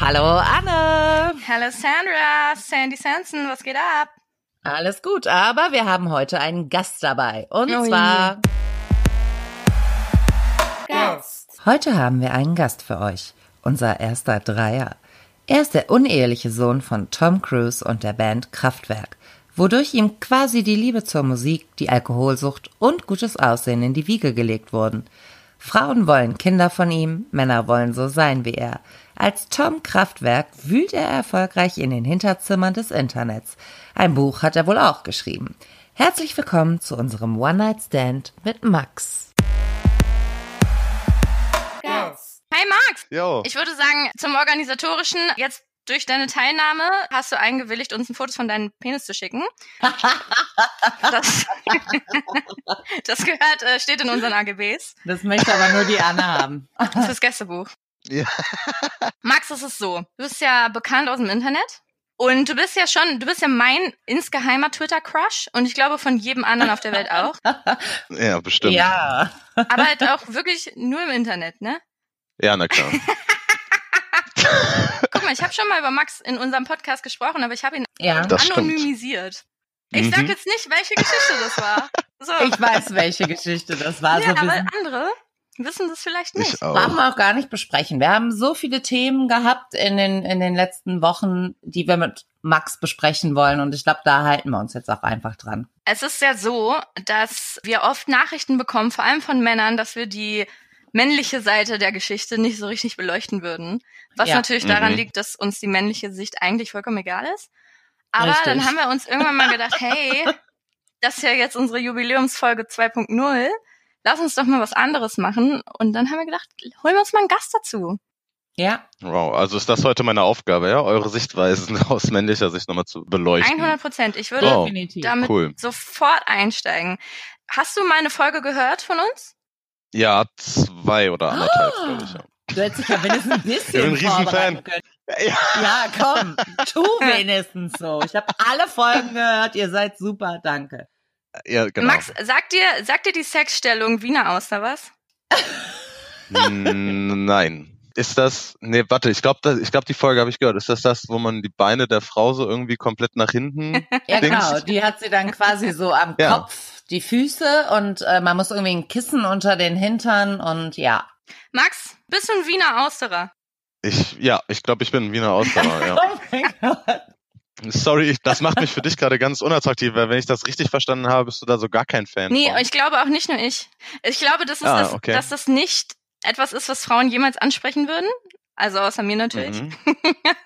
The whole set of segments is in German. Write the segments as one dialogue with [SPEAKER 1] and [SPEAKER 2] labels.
[SPEAKER 1] Hallo Anne.
[SPEAKER 2] Hallo Sandra, Sandy Sanson, was geht ab?
[SPEAKER 1] Alles gut, aber wir haben heute einen Gast dabei. Und zwar.
[SPEAKER 2] Gast.
[SPEAKER 1] Heute haben wir einen Gast für euch. Unser erster Dreier. Er ist der uneheliche Sohn von Tom Cruise und der Band Kraftwerk, wodurch ihm quasi die Liebe zur Musik, die Alkoholsucht und gutes Aussehen in die Wiege gelegt wurden. Frauen wollen Kinder von ihm, Männer wollen so sein wie er. Als Tom Kraftwerk wühlt er erfolgreich in den Hinterzimmern des Internets. Ein Buch hat er wohl auch geschrieben. Herzlich willkommen zu unserem One-Night-Stand mit Max.
[SPEAKER 2] Hi Max.
[SPEAKER 3] Jo.
[SPEAKER 2] Ich würde sagen, zum Organisatorischen, jetzt durch deine Teilnahme hast du eingewilligt, uns ein Foto von deinem Penis zu schicken. Das, das gehört, äh, steht in unseren AGBs.
[SPEAKER 1] Das möchte aber nur die Anne haben.
[SPEAKER 2] Das ist das Gästebuch.
[SPEAKER 3] Ja.
[SPEAKER 2] Max, es ist so. Du bist ja bekannt aus dem Internet. Und du bist ja schon, du bist ja mein insgeheimer Twitter-Crush und ich glaube von jedem anderen auf der Welt auch.
[SPEAKER 3] ja, bestimmt.
[SPEAKER 1] Ja.
[SPEAKER 2] Aber halt auch wirklich nur im Internet, ne?
[SPEAKER 3] Ja, na klar.
[SPEAKER 2] Guck mal, ich habe schon mal über Max in unserem Podcast gesprochen, aber ich habe ihn
[SPEAKER 1] Ja.
[SPEAKER 3] Das stimmt.
[SPEAKER 2] anonymisiert. Ich sag
[SPEAKER 3] Mhm.
[SPEAKER 2] jetzt nicht, welche Geschichte das war. So.
[SPEAKER 1] Ich weiß, welche Geschichte das war.
[SPEAKER 2] ja,
[SPEAKER 1] so, wir
[SPEAKER 2] aber
[SPEAKER 1] sind-
[SPEAKER 2] andere wissen das vielleicht nicht.
[SPEAKER 3] Ich auch.
[SPEAKER 1] brauchen wir auch gar nicht besprechen. Wir haben so viele Themen gehabt in den, in den letzten Wochen, die wir mit Max besprechen wollen. Und ich glaube, da halten wir uns jetzt auch einfach dran.
[SPEAKER 2] Es ist ja so, dass wir oft Nachrichten bekommen, vor allem von Männern, dass wir die männliche Seite der Geschichte nicht so richtig beleuchten würden. Was
[SPEAKER 1] Ja.
[SPEAKER 2] natürlich daran
[SPEAKER 3] Mhm.
[SPEAKER 2] liegt, dass uns die männliche Sicht eigentlich vollkommen egal ist. Aber
[SPEAKER 1] Richtig.
[SPEAKER 2] dann haben wir uns irgendwann mal gedacht, hey, das ist ja jetzt unsere Jubiläumsfolge 2.0. Lass uns doch mal was anderes machen. Und dann haben wir gedacht, holen wir uns mal einen Gast dazu.
[SPEAKER 1] Ja,
[SPEAKER 3] Wow, also ist das heute meine Aufgabe, ja? Eure Sichtweisen aus männlicher Sicht nochmal zu beleuchten.
[SPEAKER 2] 100 Prozent. Ich würde
[SPEAKER 3] Wow,
[SPEAKER 1] definitiv.
[SPEAKER 2] damit
[SPEAKER 3] cool.
[SPEAKER 2] sofort einsteigen. Hast du meine Folge gehört von uns?
[SPEAKER 3] Ja, zwei oder anderthalb,
[SPEAKER 1] Ah.
[SPEAKER 3] glaube ich. Ja.
[SPEAKER 1] Du hättest dich ja wenigstens ein bisschen
[SPEAKER 3] Ich bin ein Riesenfan.
[SPEAKER 1] vorbereiten können.
[SPEAKER 3] Ja.
[SPEAKER 1] Ja, komm, tu wenigstens so. Ich habe alle Folgen gehört. Ihr seid super, danke.
[SPEAKER 3] ja, genau.
[SPEAKER 2] Max, sagt dir, sagt dir die Sexstellung Wiener aus, oder was?
[SPEAKER 3] Mm, Nein. Ist das, nee, warte, ich glaube, ich glaube, die Folge habe ich gehört. Ist das das, wo man die Beine der Frau so irgendwie komplett nach hinten?
[SPEAKER 1] Ja,
[SPEAKER 3] Dings?
[SPEAKER 1] genau. Die hat sie dann quasi so am
[SPEAKER 3] Ja.
[SPEAKER 1] Kopf, die Füße und äh, man muss irgendwie ein Kissen unter den Hintern und ja.
[SPEAKER 2] Max, bist du ein Wiener Austerer?
[SPEAKER 3] Ich, ja, ich glaube, ich bin ein Wiener Ausdauer, ja.
[SPEAKER 1] Oh mein Gott.
[SPEAKER 3] Sorry, das macht mich für dich gerade ganz unattraktiv, weil wenn ich das richtig verstanden habe, bist du da so gar kein Fan.
[SPEAKER 2] Nee,
[SPEAKER 3] von.
[SPEAKER 2] ich glaube auch nicht nur ich. Ich glaube, das ist
[SPEAKER 3] Ah,
[SPEAKER 2] das,
[SPEAKER 3] okay.
[SPEAKER 2] dass das nicht etwas ist, was Frauen jemals ansprechen würden. Also außer mir natürlich.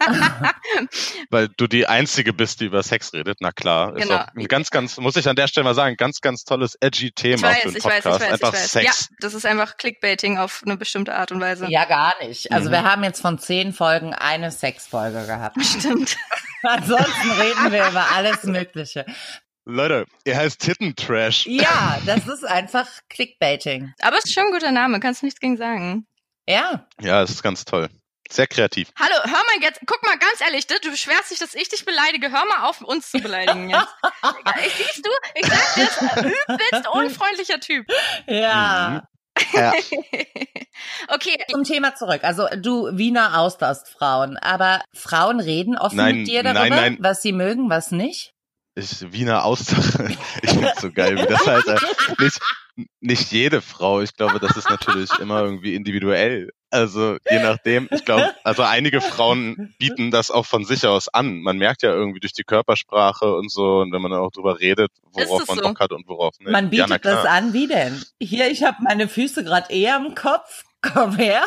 [SPEAKER 3] Mhm. Weil du die Einzige bist, die über Sex redet, na klar. Ist
[SPEAKER 2] Genau.
[SPEAKER 3] auch ein ganz, ganz, muss ich an der Stelle mal sagen, ganz, ganz tolles, edgy Thema
[SPEAKER 2] Ich weiß,
[SPEAKER 3] für einen
[SPEAKER 2] ich weiß, ich
[SPEAKER 3] Podcast.
[SPEAKER 2] weiß,
[SPEAKER 3] Einfach
[SPEAKER 2] ich weiß.
[SPEAKER 3] Sex.
[SPEAKER 2] Ja, das ist einfach Clickbaiting auf eine bestimmte Art und Weise.
[SPEAKER 1] Ja, gar nicht. Also
[SPEAKER 3] Mhm.
[SPEAKER 1] wir haben jetzt von zehn Folgen eine Sexfolge gehabt.
[SPEAKER 2] Stimmt.
[SPEAKER 1] Ansonsten reden wir über alles Mögliche.
[SPEAKER 3] Leute, ihr heißt Tittentrash.
[SPEAKER 1] Ja, das ist einfach Clickbaiting.
[SPEAKER 2] Aber es ist schon ein guter Name, kannst du nichts gegen sagen.
[SPEAKER 1] Ja.
[SPEAKER 3] Ja, das ist ganz toll. Sehr kreativ.
[SPEAKER 2] Hallo, hör mal jetzt, guck mal ganz ehrlich, du beschwerst dich, dass ich dich beleidige. Hör mal auf, uns zu beleidigen jetzt. Ich, siehst du, ich sag dir, das ist ein übelst unfreundlicher Typ.
[SPEAKER 1] Ja.
[SPEAKER 3] Mhm. Ja.
[SPEAKER 2] okay,
[SPEAKER 1] Zum Thema zurück. Also du Wiener austerst Frauen, aber Frauen reden offen
[SPEAKER 3] Nein,
[SPEAKER 1] mit dir
[SPEAKER 3] nein,
[SPEAKER 1] darüber,
[SPEAKER 3] nein.
[SPEAKER 1] was sie mögen, was nicht.
[SPEAKER 3] Ich, Wiener Auster. Ich find's so geil, wie das heißt. Nicht, nicht jede Frau. Ich glaube, das ist natürlich immer irgendwie individuell. Also, je nachdem. Ich glaube, also einige Frauen bieten das auch von sich aus an. Man merkt ja irgendwie durch die Körpersprache und so. Und wenn man auch drüber redet,
[SPEAKER 2] Ist
[SPEAKER 3] worauf
[SPEAKER 2] es
[SPEAKER 3] man
[SPEAKER 2] so?
[SPEAKER 3] Bock hat und worauf nicht.
[SPEAKER 1] Man
[SPEAKER 3] Ne? Ja,
[SPEAKER 1] bietet
[SPEAKER 3] na
[SPEAKER 1] das
[SPEAKER 3] klar.
[SPEAKER 1] an, wie denn? Hier, ich habe meine Füße gerade eher im Kopf. Komm her.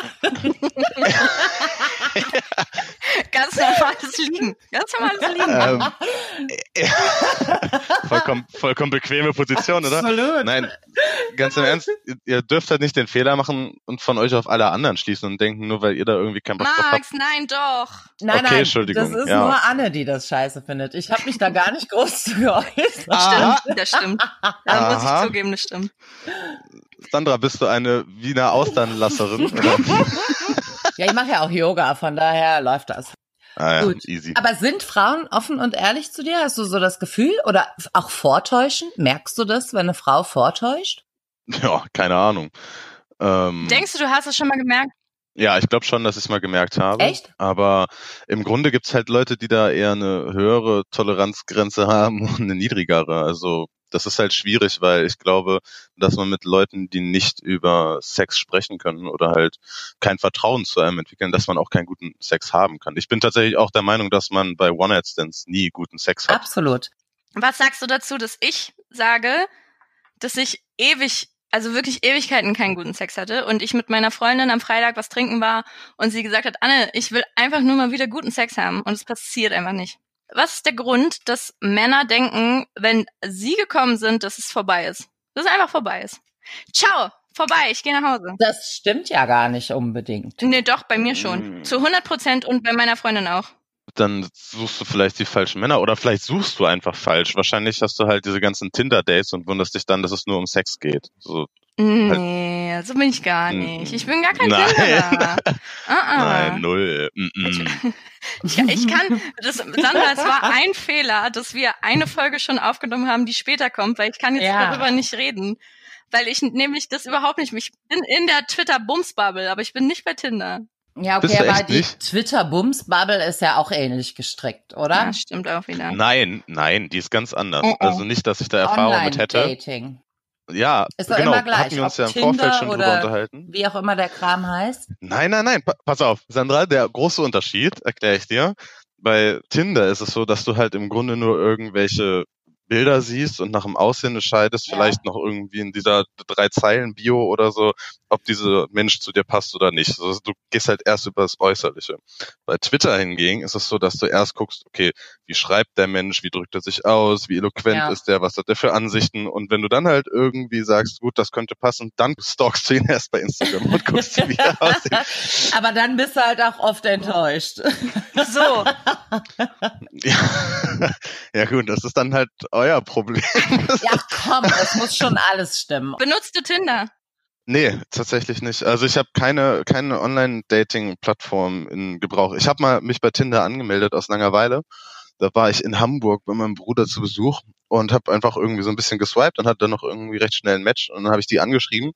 [SPEAKER 2] ganz normales Liegen. Ganz normales Liegen.
[SPEAKER 3] Ähm, äh, vollkommen, vollkommen bequeme Position, oder?
[SPEAKER 1] Absolut.
[SPEAKER 3] Nein, ganz im Ernst, ihr dürft halt nicht den Fehler machen und von euch auf alle anderen schließen und denken, nur weil ihr da irgendwie keinen Bock drauf habt.
[SPEAKER 2] Max, nein, doch.
[SPEAKER 1] Nein,
[SPEAKER 3] Okay,
[SPEAKER 1] nein,
[SPEAKER 3] Entschuldigung,
[SPEAKER 1] das ist
[SPEAKER 3] ja.
[SPEAKER 1] nur Anne, die das scheiße findet. Ich habe mich da gar nicht groß zu geäußert.
[SPEAKER 3] Ah.
[SPEAKER 2] Stimmt, das stimmt. Da muss ich
[SPEAKER 3] Aha.
[SPEAKER 2] zugeben, das stimmt.
[SPEAKER 3] Sandra, bist du eine Wiener Austernlasserin? oder?
[SPEAKER 1] Ja, ich mache ja auch Yoga, von daher läuft das.
[SPEAKER 3] ah, ja,
[SPEAKER 1] Gut.
[SPEAKER 3] easy.
[SPEAKER 1] Aber sind Frauen offen und ehrlich zu dir? Hast du so das Gefühl? Oder auch vortäuschen? Merkst du das, wenn eine Frau vortäuscht?
[SPEAKER 3] Ja, keine Ahnung. Ähm,
[SPEAKER 2] Denkst du, du hast es schon mal gemerkt?
[SPEAKER 3] Ja, ich glaube schon, dass ich es mal gemerkt habe.
[SPEAKER 1] Echt?
[SPEAKER 3] Aber im Grunde gibt's halt Leute, die da eher eine höhere Toleranzgrenze haben und eine niedrigere. Also das ist halt schwierig, weil ich glaube, dass man mit Leuten, die nicht über Sex sprechen können oder halt kein Vertrauen zu einem entwickeln, dass man auch keinen guten Sex haben kann. Ich bin tatsächlich auch der Meinung, dass man bei One-Night-Stands nie guten Sex hat.
[SPEAKER 1] Absolut.
[SPEAKER 2] Was sagst du dazu, dass ich sage, dass ich ewig, also wirklich Ewigkeiten keinen guten Sex hatte und ich mit meiner Freundin am Freitag was trinken war und sie gesagt hat, Anne, ich will einfach nur mal wieder guten Sex haben und es passiert einfach nicht. Was ist der Grund, dass Männer denken, wenn sie gekommen sind, dass es vorbei ist? Dass es einfach vorbei ist. Ciao, vorbei, ich gehe nach Hause.
[SPEAKER 1] Das stimmt ja gar nicht unbedingt.
[SPEAKER 2] Nee, doch, bei mir schon.
[SPEAKER 3] Mm.
[SPEAKER 2] Zu 100 Prozent und bei meiner Freundin auch.
[SPEAKER 3] dann suchst du vielleicht die falschen Männer oder vielleicht suchst du einfach falsch. Wahrscheinlich hast du halt diese ganzen Tinder-Dates und wunderst dich dann, dass es nur um Sex geht. So,
[SPEAKER 2] Nee, so bin ich gar
[SPEAKER 3] Mm.
[SPEAKER 2] nicht. Ich bin gar kein
[SPEAKER 3] Nein.
[SPEAKER 2] Kinderer. Ah, ah.
[SPEAKER 3] nein, null. Mm
[SPEAKER 1] Also,
[SPEAKER 3] -mm.
[SPEAKER 2] Ja, ich kann, das, Sandra, es war ein Fehler, dass wir eine Folge schon aufgenommen haben, die später kommt, weil ich kann jetzt
[SPEAKER 1] Ja.
[SPEAKER 2] darüber nicht reden. Weil ich nämlich das überhaupt nicht, ich bin in der Twitter-Bums-Bubble, aber ich bin nicht bei Tinder.
[SPEAKER 1] Ja,
[SPEAKER 3] Bist
[SPEAKER 1] okay,
[SPEAKER 3] du echt
[SPEAKER 1] aber die
[SPEAKER 3] nicht?
[SPEAKER 1] Twitter-Bums-Bubble ist ja auch ähnlich gestrickt,
[SPEAKER 2] Ja,
[SPEAKER 1] oder?
[SPEAKER 2] stimmt auch wieder.
[SPEAKER 3] Nein, nein, die ist ganz anders.
[SPEAKER 1] Oh, oh.
[SPEAKER 3] Also nicht, dass ich da Erfahrung mit hätte.
[SPEAKER 1] Online-Dating.
[SPEAKER 3] Ja,
[SPEAKER 1] Ist doch
[SPEAKER 3] genau,
[SPEAKER 1] immer gleich,
[SPEAKER 3] hatten wir uns
[SPEAKER 1] ob
[SPEAKER 3] ja im
[SPEAKER 1] Tinder
[SPEAKER 3] Vorfeld schon drüber
[SPEAKER 1] oder-
[SPEAKER 3] unterhalten.
[SPEAKER 1] Wie auch immer der Kram heißt.
[SPEAKER 3] Nein, nein, nein. Pa pass auf, Sandra, der große Unterschied, erkläre ich dir. Bei Tinder ist es so, dass du halt im Grunde nur irgendwelche Bilder siehst und nach dem Aussehen entscheidest,
[SPEAKER 1] Ja.
[SPEAKER 3] vielleicht noch irgendwie in dieser drei Zeilen Bio oder so, ob dieser Mensch zu dir passt oder nicht. Also du gehst halt erst über das Äußerliche. Bei Twitter hingegen ist es so, dass du erst guckst, okay, wie schreibt der Mensch, wie drückt er sich aus, wie eloquent
[SPEAKER 1] Ja.
[SPEAKER 3] ist der, was hat er für Ansichten und wenn du dann halt irgendwie sagst, gut, das könnte passen, dann stalkst du ihn erst bei Instagram und guckst, wie er aussieht.
[SPEAKER 1] Aber dann bist du halt auch oft enttäuscht.
[SPEAKER 2] So,
[SPEAKER 3] Ja. ja gut, das ist dann halt euer Problem.
[SPEAKER 1] Ja, komm, es muss schon alles stimmen.
[SPEAKER 2] benutzt du Tinder?
[SPEAKER 3] Nee, tatsächlich nicht. Also ich habe keine keine Online-Dating-Plattform in Gebrauch. Ich habe mal mich bei Tinder angemeldet aus Langeweile. Da war ich in Hamburg bei meinem Bruder zu Besuch und habe einfach irgendwie so ein bisschen geswiped und hatte dann noch irgendwie recht schnell ein Match und dann habe ich die angeschrieben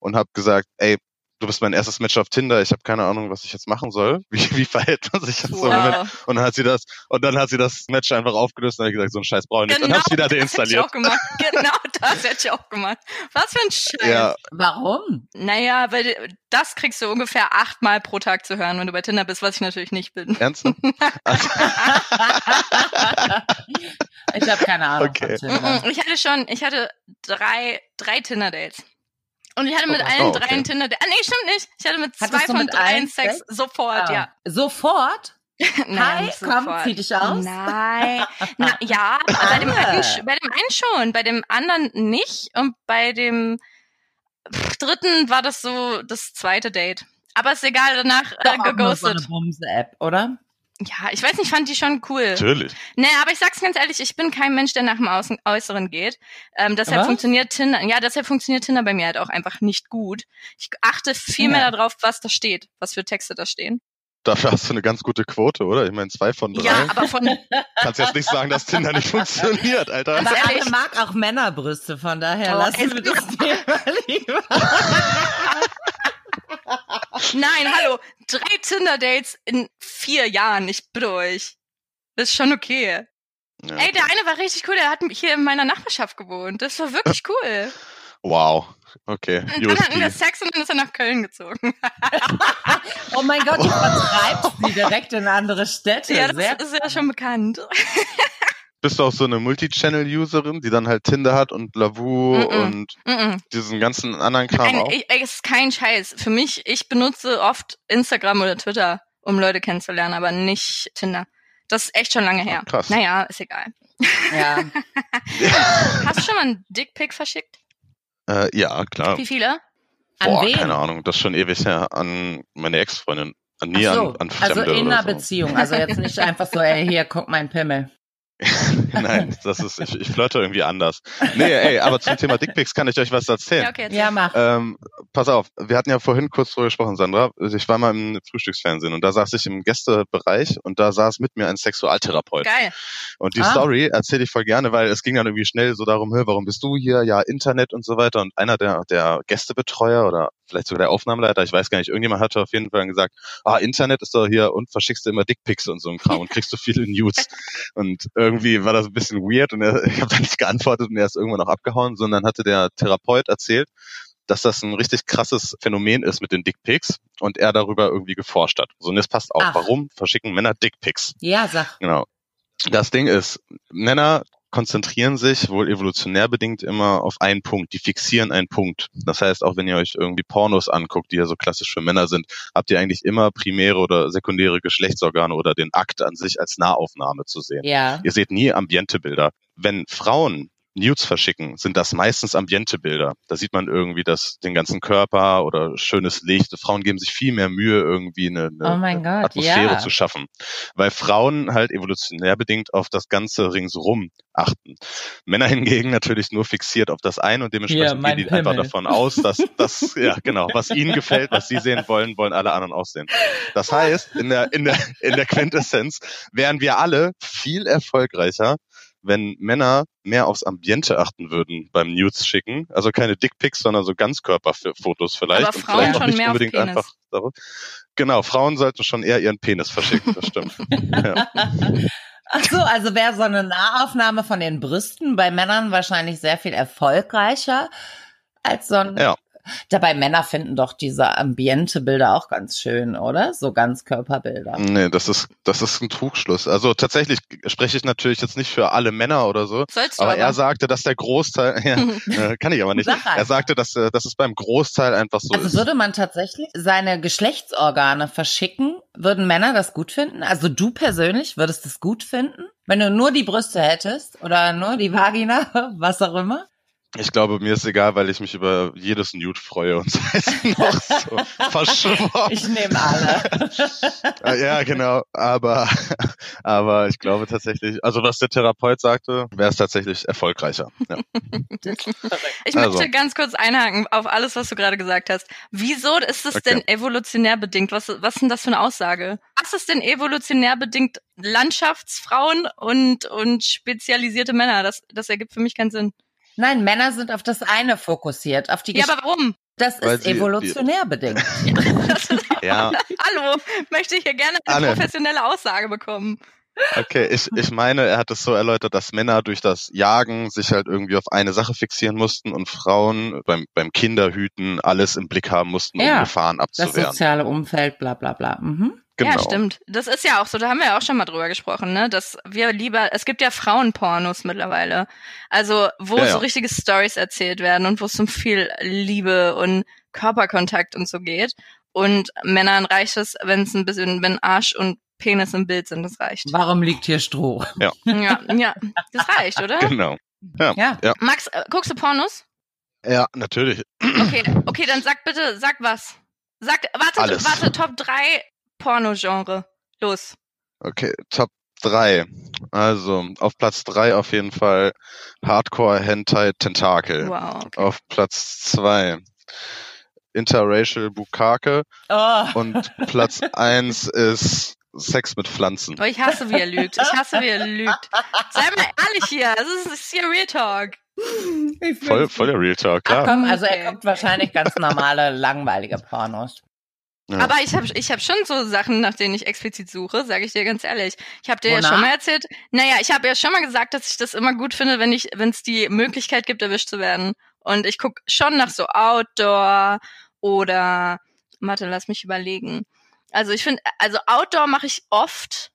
[SPEAKER 3] und habe gesagt, ey, du bist mein erstes Match auf Tinder. Ich habe keine Ahnung, was ich jetzt machen soll. Wie, wie verhält man sich jetzt so? Moment?
[SPEAKER 2] Wow.
[SPEAKER 3] Und dann hat sie das und dann hat sie das Match einfach aufgelöst und hat gesagt, so ein Scheiß brauche ich nicht. und
[SPEAKER 2] Genau
[SPEAKER 3] hat sie wieder
[SPEAKER 2] das hätte ich
[SPEAKER 3] deinstalliert.
[SPEAKER 2] auch gemacht. Genau das hätte ich auch gemacht. Was für ein Scheiß.
[SPEAKER 3] Ja,
[SPEAKER 1] Warum?
[SPEAKER 2] Naja, weil das kriegst du ungefähr achtmal pro Tag zu hören, wenn du bei Tinder bist, was ich natürlich nicht bin.
[SPEAKER 3] ernst?
[SPEAKER 1] ich habe keine Ahnung.
[SPEAKER 3] Okay.
[SPEAKER 1] von Tinder.
[SPEAKER 2] Mm-mm, Ich hatte schon, ich hatte drei, drei Tinder-Dates. Und ich hatte mit
[SPEAKER 1] Oh,
[SPEAKER 2] allen
[SPEAKER 3] oh, okay.
[SPEAKER 2] drei Tinder-Dates. Ah, nee, stimmt nicht. Ich hatte mit
[SPEAKER 1] Hattest du
[SPEAKER 2] zwei von
[SPEAKER 1] mit
[SPEAKER 2] dreien
[SPEAKER 1] allen
[SPEAKER 2] Sex sofort,
[SPEAKER 1] Ah.
[SPEAKER 2] ja.
[SPEAKER 1] Sofort?
[SPEAKER 2] Nein,
[SPEAKER 1] Hi,
[SPEAKER 2] nicht
[SPEAKER 1] komm,
[SPEAKER 2] sofort.
[SPEAKER 1] zieh dich aus.
[SPEAKER 2] Nein. Na, ja, aber bei dem,
[SPEAKER 1] Ah.
[SPEAKER 2] einen, sch- bei dem einen schon, bei dem anderen nicht. Und bei dem pff, dritten war das so das zweite Date. Aber ist egal, danach äh,
[SPEAKER 1] Doch, auch nur so
[SPEAKER 2] geghostet.
[SPEAKER 1] eine Bumse-App, oder?
[SPEAKER 2] Ja, ich weiß nicht, fand die schon cool.
[SPEAKER 3] Natürlich.
[SPEAKER 2] Nee, aber ich sag's ganz ehrlich, ich bin kein Mensch, der nach dem Außen Äußeren geht. Ähm, deshalb
[SPEAKER 1] Was?
[SPEAKER 2] funktioniert Tinder, ja, deshalb funktioniert Tinder bei mir halt auch einfach nicht gut. Ich achte viel
[SPEAKER 1] Ja.
[SPEAKER 2] mehr darauf, was da steht, was für Texte da stehen.
[SPEAKER 3] Dafür hast du eine ganz gute Quote, oder? Ich meine, zwei von drei.
[SPEAKER 2] Ja, aber von,
[SPEAKER 3] Kannst jetzt nicht sagen, dass Tinder nicht funktioniert, Alter.
[SPEAKER 1] Aber
[SPEAKER 2] ehrlich.
[SPEAKER 1] Anne mag auch Männerbrüste, von daher
[SPEAKER 2] Oh,
[SPEAKER 1] lassen
[SPEAKER 2] es-
[SPEAKER 1] wir das Thema lieber.
[SPEAKER 2] nein, hallo, drei Tinder-Dates in vier Jahren, ich bitte euch. Das ist schon okay.
[SPEAKER 3] Ja.
[SPEAKER 2] Ey, der eine war richtig cool, der hat hier in meiner Nachbarschaft gewohnt. Das war wirklich cool.
[SPEAKER 3] Wow. Okay.
[SPEAKER 2] Und dann hatten wir
[SPEAKER 3] USP.
[SPEAKER 2] Sex und dann ist er nach Köln gezogen.
[SPEAKER 1] Oh mein Gott, du vertreibst sie direkt in andere Städte.
[SPEAKER 2] Ja,
[SPEAKER 1] Sehr
[SPEAKER 2] das ist ja schon bekannt.
[SPEAKER 3] Bist du auch so eine Multichannel-Userin, die dann halt Tinder hat und Lavu
[SPEAKER 2] Mm-mm.
[SPEAKER 3] und
[SPEAKER 2] Mhm.
[SPEAKER 3] diesen ganzen anderen Kram
[SPEAKER 2] Nein,
[SPEAKER 3] auch?
[SPEAKER 2] ich, ey, es ist kein Scheiß. Für mich, ich benutze oft Instagram oder Twitter, um Leute kennenzulernen, aber nicht Tinder. Das ist echt schon lange her.
[SPEAKER 3] Ah, krass.
[SPEAKER 2] Naja, ist egal.
[SPEAKER 1] Ja.
[SPEAKER 2] Hast du schon mal einen Dickpick verschickt?
[SPEAKER 3] Äh, ja, klar.
[SPEAKER 2] Wie viele?
[SPEAKER 1] An
[SPEAKER 3] Boah,
[SPEAKER 1] wen?
[SPEAKER 3] keine Ahnung. Das ist schon ewig her. An meine Ex-Freundin. An nie
[SPEAKER 1] Ach so,
[SPEAKER 3] an, an
[SPEAKER 1] also
[SPEAKER 3] Fremde
[SPEAKER 1] in einer
[SPEAKER 3] oder so.
[SPEAKER 1] Beziehung. Also jetzt nicht einfach so, ey, hier, guck mein Pimmel.
[SPEAKER 3] Nein, das ist, ich, ich flirte irgendwie anders. Nee, ey, aber zum Thema Dickpics kann ich euch was erzählen.
[SPEAKER 2] Ja, okay, jetzt.
[SPEAKER 1] Ja, mach.
[SPEAKER 3] Ähm, pass auf, wir hatten ja vorhin kurz drüber gesprochen, Sandra. Also Ich war mal im Frühstücksfernsehen und da saß ich im Gästebereich und da saß mit mir ein Sexualtherapeut.
[SPEAKER 2] Geil.
[SPEAKER 3] Und die
[SPEAKER 1] Ah.
[SPEAKER 3] Story erzähle ich voll gerne, weil es ging dann irgendwie schnell so darum, hör, warum bist du hier? Ja, Internet und so weiter. Und einer der, der Gästebetreuer oder vielleicht sogar der Aufnahmeleiter, ich weiß gar nicht, irgendjemand hatte auf jeden Fall gesagt, ah, Internet ist doch hier und verschickst du immer Dickpics und so ein Kram und kriegst du viele News. Und irgendwie war das ein bisschen weird und er, ich habe nicht geantwortet und er ist irgendwann auch abgehauen, sondern hatte der Therapeut erzählt, dass das ein richtig krasses Phänomen ist mit den Dickpics und er darüber irgendwie geforscht hat. So, und das passt auch.
[SPEAKER 1] Ach.
[SPEAKER 3] Warum verschicken Männer Dickpics?
[SPEAKER 1] Ja, sag.
[SPEAKER 3] Genau. Das Ding ist, Männer konzentrieren sich wohl evolutionär bedingt immer auf einen Punkt. Die fixieren einen Punkt. Das heißt, auch wenn ihr euch irgendwie Pornos anguckt, die ja so klassisch für Männer sind, habt ihr eigentlich immer primäre oder sekundäre Geschlechtsorgane oder den Akt an sich als Nahaufnahme zu sehen.
[SPEAKER 1] Ja.
[SPEAKER 3] Ihr seht nie Ambientebilder. Wenn Frauen Nudes verschicken, sind das meistens Ambientebilder. Da sieht man irgendwie das, den ganzen Körper oder schönes Licht. Frauen geben sich viel mehr Mühe, irgendwie eine, eine,
[SPEAKER 1] Oh mein Gott,
[SPEAKER 3] eine ne? Äh, Atmosphäre
[SPEAKER 1] ja.
[SPEAKER 3] zu schaffen. Weil Frauen halt evolutionär bedingt auf das Ganze ringsrum achten. Männer hingegen natürlich nur fixiert auf das eine und
[SPEAKER 1] Hier,
[SPEAKER 3] dementsprechend
[SPEAKER 1] mein
[SPEAKER 3] gehen die einfach
[SPEAKER 1] Pimmel.
[SPEAKER 3] davon aus, dass das, ja genau, was ihnen gefällt, was sie sehen wollen, wollen alle anderen auch sehen. Das heißt, in der, in der, in der Quintessenz wären wir alle viel erfolgreicher, wenn Männer mehr aufs Ambiente achten würden beim Nudes schicken. Also keine Dickpics, sondern so Ganzkörperfotos vielleicht.
[SPEAKER 2] Aber
[SPEAKER 3] und
[SPEAKER 2] Frauen
[SPEAKER 3] vielleicht auch
[SPEAKER 2] schon
[SPEAKER 3] nicht
[SPEAKER 2] mehr auf
[SPEAKER 3] unbedingt
[SPEAKER 2] Penis.
[SPEAKER 3] einfach. darüber. Genau, Frauen sollten schon eher ihren Penis verschicken, das stimmt. ja.
[SPEAKER 1] Ach so, also wäre so eine Nahaufnahme von den Brüsten bei Männern wahrscheinlich sehr viel erfolgreicher als so ein.
[SPEAKER 3] Ja.
[SPEAKER 1] Dabei Männer finden doch diese Ambiente-Bilder auch ganz schön, oder? So ganz Körperbilder.
[SPEAKER 3] Nee, das ist, das ist ein Trugschluss. Also tatsächlich spreche ich natürlich jetzt nicht für alle Männer oder so,
[SPEAKER 2] Sollst du
[SPEAKER 3] aber
[SPEAKER 2] aber.
[SPEAKER 3] er sagte, dass der Großteil, ja, äh, kann ich aber nicht.
[SPEAKER 1] Sag
[SPEAKER 3] Er
[SPEAKER 1] einfach.
[SPEAKER 3] sagte, dass, äh, dass es beim Großteil einfach so
[SPEAKER 1] Also
[SPEAKER 3] ist.
[SPEAKER 1] würde man tatsächlich seine Geschlechtsorgane verschicken? Würden Männer das gut finden? Also du persönlich würdest das gut finden? Wenn du nur die Brüste hättest oder nur die Vagina, was auch immer?
[SPEAKER 3] Ich glaube, mir ist egal, weil ich mich über jedes Nude freue und sei es noch so verschwommen.
[SPEAKER 1] Ich nehme alle.
[SPEAKER 3] Äh, ja, genau. Aber, aber ich glaube tatsächlich, also was der Therapeut sagte, wäre es tatsächlich erfolgreicher. Ja.
[SPEAKER 2] Ich möchte
[SPEAKER 3] Also.
[SPEAKER 2] ganz kurz einhaken auf alles, was du gerade gesagt hast. Wieso ist es
[SPEAKER 3] Okay.
[SPEAKER 2] denn evolutionär bedingt? Was, was ist denn das für eine Aussage? Was ist denn evolutionär bedingt Landschaftsfrauen und, und spezialisierte Männer? Das, das ergibt für mich keinen Sinn.
[SPEAKER 1] Nein, Männer sind auf das eine fokussiert, auf die
[SPEAKER 2] Ja,
[SPEAKER 1] Gesch
[SPEAKER 2] aber warum?
[SPEAKER 1] Das
[SPEAKER 3] Weil
[SPEAKER 1] ist
[SPEAKER 3] sie-
[SPEAKER 1] evolutionär bedingt.
[SPEAKER 3] ja.
[SPEAKER 2] Hallo, möchte ich hier gerne eine
[SPEAKER 3] Anne.
[SPEAKER 2] professionelle Aussage bekommen.
[SPEAKER 3] Okay, ich, ich meine, er hat es so erläutert, dass Männer durch das Jagen sich halt irgendwie auf eine Sache fixieren mussten und Frauen beim, beim Kinderhüten alles im Blick haben mussten,
[SPEAKER 1] Ja,
[SPEAKER 3] um Gefahren
[SPEAKER 1] Das
[SPEAKER 3] abzuwehren.
[SPEAKER 1] soziale Umfeld, bla bla bla. Mhm.
[SPEAKER 3] genau.
[SPEAKER 2] Ja, stimmt. Das ist ja auch so, da haben wir ja auch schon mal drüber gesprochen, ne? Dass wir lieber, es gibt ja Frauenpornos mittlerweile. Also, wo
[SPEAKER 3] Ja, ja.
[SPEAKER 2] so richtige Stories erzählt werden und wo es um viel Liebe und Körperkontakt und so geht. Und Männern reicht es, wenn es ein bisschen, wenn Arsch und Penis im Bild sind, das reicht.
[SPEAKER 1] Warum liegt hier Stroh?
[SPEAKER 2] Ja, ja, das reicht, oder?
[SPEAKER 3] Genau.
[SPEAKER 1] Ja.
[SPEAKER 2] Max, äh, guckst du Pornos?
[SPEAKER 3] Ja, natürlich.
[SPEAKER 2] Okay, okay, dann sag bitte, sag was. Sag, warte,
[SPEAKER 3] Alles.
[SPEAKER 2] warte, Top 3 Porno-Genre. Los.
[SPEAKER 3] Okay, Top 3. Also auf Platz 3 auf jeden Fall Hardcore Hentai Tentakel.
[SPEAKER 2] Wow. Okay.
[SPEAKER 3] Auf Platz 2 Interracial Bukake.
[SPEAKER 1] Oh.
[SPEAKER 3] Und Platz 1 ist Sex mit Pflanzen.
[SPEAKER 2] Oh, ich hasse, wie er lügt. Ich hasse, wie er lügt. Sei mal ehrlich hier. Das ist, das ist hier Real Talk.
[SPEAKER 3] Voll, voll der Real Talk,
[SPEAKER 1] Ach
[SPEAKER 2] Ah,
[SPEAKER 3] klar.
[SPEAKER 1] komm, also er
[SPEAKER 2] Okay.
[SPEAKER 1] guckt wahrscheinlich ganz normale, langweilige Pornos.
[SPEAKER 3] Ja.
[SPEAKER 2] Aber ich habe ich hab schon so Sachen, nach denen ich explizit suche, sage ich dir ganz ehrlich. Ich habe dir ja
[SPEAKER 1] Wonach?
[SPEAKER 2] schon mal erzählt. Naja, ich habe ja schon mal gesagt, dass ich das immer gut finde, wenn ich, wenn es die Möglichkeit gibt, erwischt zu werden. Und ich guck schon nach so Outdoor oder Mathe, lass mich überlegen. Also ich finde, also Outdoor mache ich oft.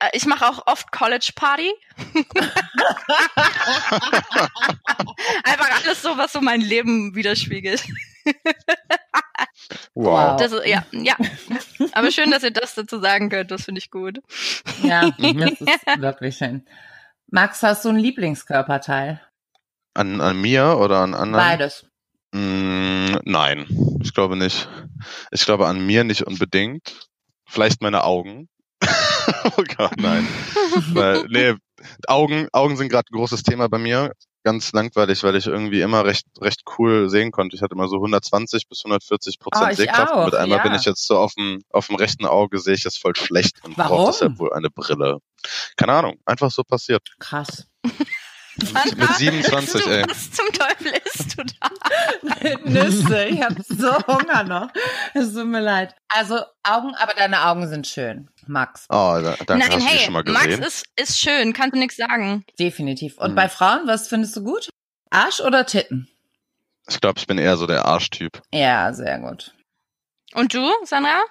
[SPEAKER 2] Äh, Ich mache auch oft College Party. Einfach alles so, was so mein Leben widerspiegelt.
[SPEAKER 1] Wow.
[SPEAKER 2] Das ist, ja, ja. Aber schön, dass ihr das dazu sagen könnt. Das finde ich gut.
[SPEAKER 1] Ja, Mhm, das ist wirklich schön. Max, hast du ein Lieblingskörperteil?
[SPEAKER 3] An, an mir oder an anderen?
[SPEAKER 1] Beides.
[SPEAKER 3] Mm, nein, ich glaube nicht. Ich glaube an mir nicht unbedingt. Vielleicht meine Augen. oh Gott, nein. weil, nee, Augen, Augen sind gerade ein großes Thema bei mir. Ganz langweilig, weil ich irgendwie immer recht, recht cool sehen konnte. Ich hatte immer so 120 bis 140 Prozent
[SPEAKER 1] Ah, ich
[SPEAKER 3] Sehkraft.
[SPEAKER 1] auch,
[SPEAKER 3] Mit einmal
[SPEAKER 1] ja.
[SPEAKER 3] bin ich jetzt so auf dem, auf dem rechten Auge sehe ich es voll schlecht und
[SPEAKER 1] Warum?
[SPEAKER 3] brauche deshalb wohl eine Brille. Keine Ahnung, einfach so passiert.
[SPEAKER 1] Krass.
[SPEAKER 2] Sandra,
[SPEAKER 3] Mit 27,
[SPEAKER 2] du,
[SPEAKER 3] ey.
[SPEAKER 2] Was zum Teufel isst du da?
[SPEAKER 1] Nüsse. Ich habe so Hunger noch. Es tut mir leid. Also Augen, aber deine Augen sind schön, Max.
[SPEAKER 3] Oh, da, danke,
[SPEAKER 2] Nein,
[SPEAKER 3] hast du die
[SPEAKER 2] hey,
[SPEAKER 3] schon mal
[SPEAKER 2] Max
[SPEAKER 3] gesehen?
[SPEAKER 2] ist, ist schön, kannst du nichts sagen.
[SPEAKER 1] Definitiv. Und
[SPEAKER 3] Mhm.
[SPEAKER 1] bei Frauen, was findest du gut? Arsch oder Titten?
[SPEAKER 3] Ich glaube, ich bin eher so der Arschtyp.
[SPEAKER 1] Ja, sehr gut.
[SPEAKER 2] Und du, Sandra?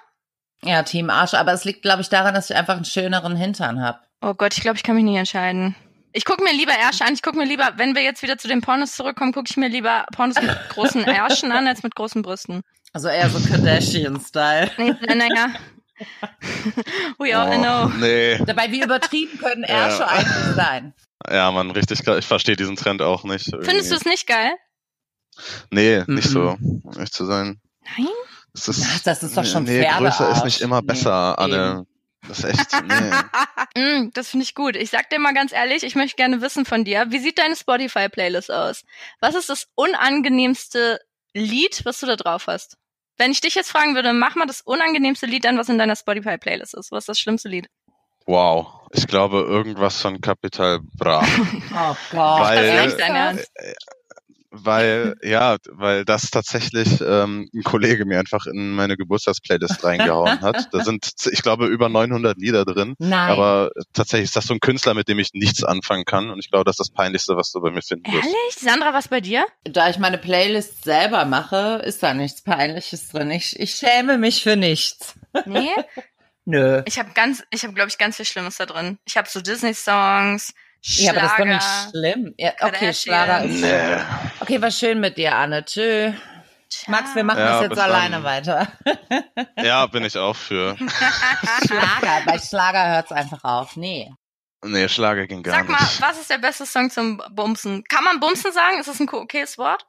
[SPEAKER 1] Ja, Team Arsch. Aber es liegt, glaube ich, daran, dass ich einfach einen schöneren Hintern habe.
[SPEAKER 2] Oh Gott, ich glaube, ich kann mich nicht entscheiden. Ich gucke mir lieber Ärsche an. Ich gucke mir lieber, wenn wir jetzt wieder zu den Pornos zurückkommen, gucke ich mir lieber Pornos mit großen Ärschen an als mit großen Brüsten.
[SPEAKER 1] Also eher so Kardashian-Style.
[SPEAKER 2] Nee, naja. We all
[SPEAKER 3] Oh.
[SPEAKER 2] know.
[SPEAKER 3] nee.
[SPEAKER 1] Dabei, wie übertrieben können Ärsche
[SPEAKER 3] Ja.
[SPEAKER 1] eigentlich sein?
[SPEAKER 3] Ja, man, richtig krass. Ich verstehe diesen Trend auch nicht.
[SPEAKER 2] Findest du es nicht geil?
[SPEAKER 3] Nee, nicht
[SPEAKER 1] Mhm.
[SPEAKER 3] so, um ehrlich zu sein.
[SPEAKER 2] Nein?
[SPEAKER 3] Es ist,
[SPEAKER 1] Ach, das ist doch schon
[SPEAKER 3] Nee, größer ist nicht
[SPEAKER 1] Pferdearsch.
[SPEAKER 3] immer
[SPEAKER 1] Nee,
[SPEAKER 3] besser,
[SPEAKER 1] eben.
[SPEAKER 3] Anne. Das ist echt, nee.
[SPEAKER 2] Mm, das finde ich gut. Ich sag dir mal ganz ehrlich, ich möchte gerne wissen von dir, wie sieht deine Spotify-Playlist aus? Was ist das unangenehmste Lied, was du da drauf hast? Wenn ich dich jetzt fragen würde, mach mal das unangenehmste Lied an, was in deiner Spotify-Playlist ist. Was ist das schlimmste Lied?
[SPEAKER 3] Wow. Ich glaube, irgendwas von Capital Bra.
[SPEAKER 1] Oh Gott.
[SPEAKER 3] Weil-
[SPEAKER 2] Das ist nicht dein Ernst.
[SPEAKER 3] weil, ja, weil das tatsächlich ähm, ein Kollege mir einfach in meine Geburtstagsplaylist reingehauen hat. Da sind, ich glaube, über 900 Lieder drin.
[SPEAKER 1] Nein.
[SPEAKER 3] Aber tatsächlich ist das so ein Künstler, mit dem ich nichts anfangen kann. Und ich glaube, das ist das Peinlichste, was du bei mir finden wirst.
[SPEAKER 2] Ehrlich? Sandra, was bei dir?
[SPEAKER 1] da ich meine Playlist selber mache, ist da nichts Peinliches drin. Ich, ich schäme mich für nichts.
[SPEAKER 2] Nee?
[SPEAKER 1] Nö.
[SPEAKER 2] Ich habe ganz, ich habe, glaube ich, ganz viel Schlimmes da drin. Ich habe so Disney-Songs,
[SPEAKER 1] Ja, aber das ist doch
[SPEAKER 2] Schlager.
[SPEAKER 1] nicht schlimm. Ja, okay,
[SPEAKER 2] Kardashian.
[SPEAKER 1] Schlager ist schön.
[SPEAKER 3] Nee.
[SPEAKER 1] Okay, war schön mit dir, Anne. Tschö.
[SPEAKER 2] Tja.
[SPEAKER 1] Max, wir machen
[SPEAKER 3] Ja,
[SPEAKER 1] das jetzt
[SPEAKER 3] bis dann.
[SPEAKER 1] alleine weiter.
[SPEAKER 3] Ja, bin ich auch für.
[SPEAKER 1] Schlager, bei Schlager hört's einfach auf. Nee.
[SPEAKER 3] Nee, Schlager ging gar
[SPEAKER 2] Sag mal,
[SPEAKER 3] nicht.
[SPEAKER 2] was ist der beste Song zum Bumsen? Kann man Bumsen sagen? Ist das ein okayes Wort?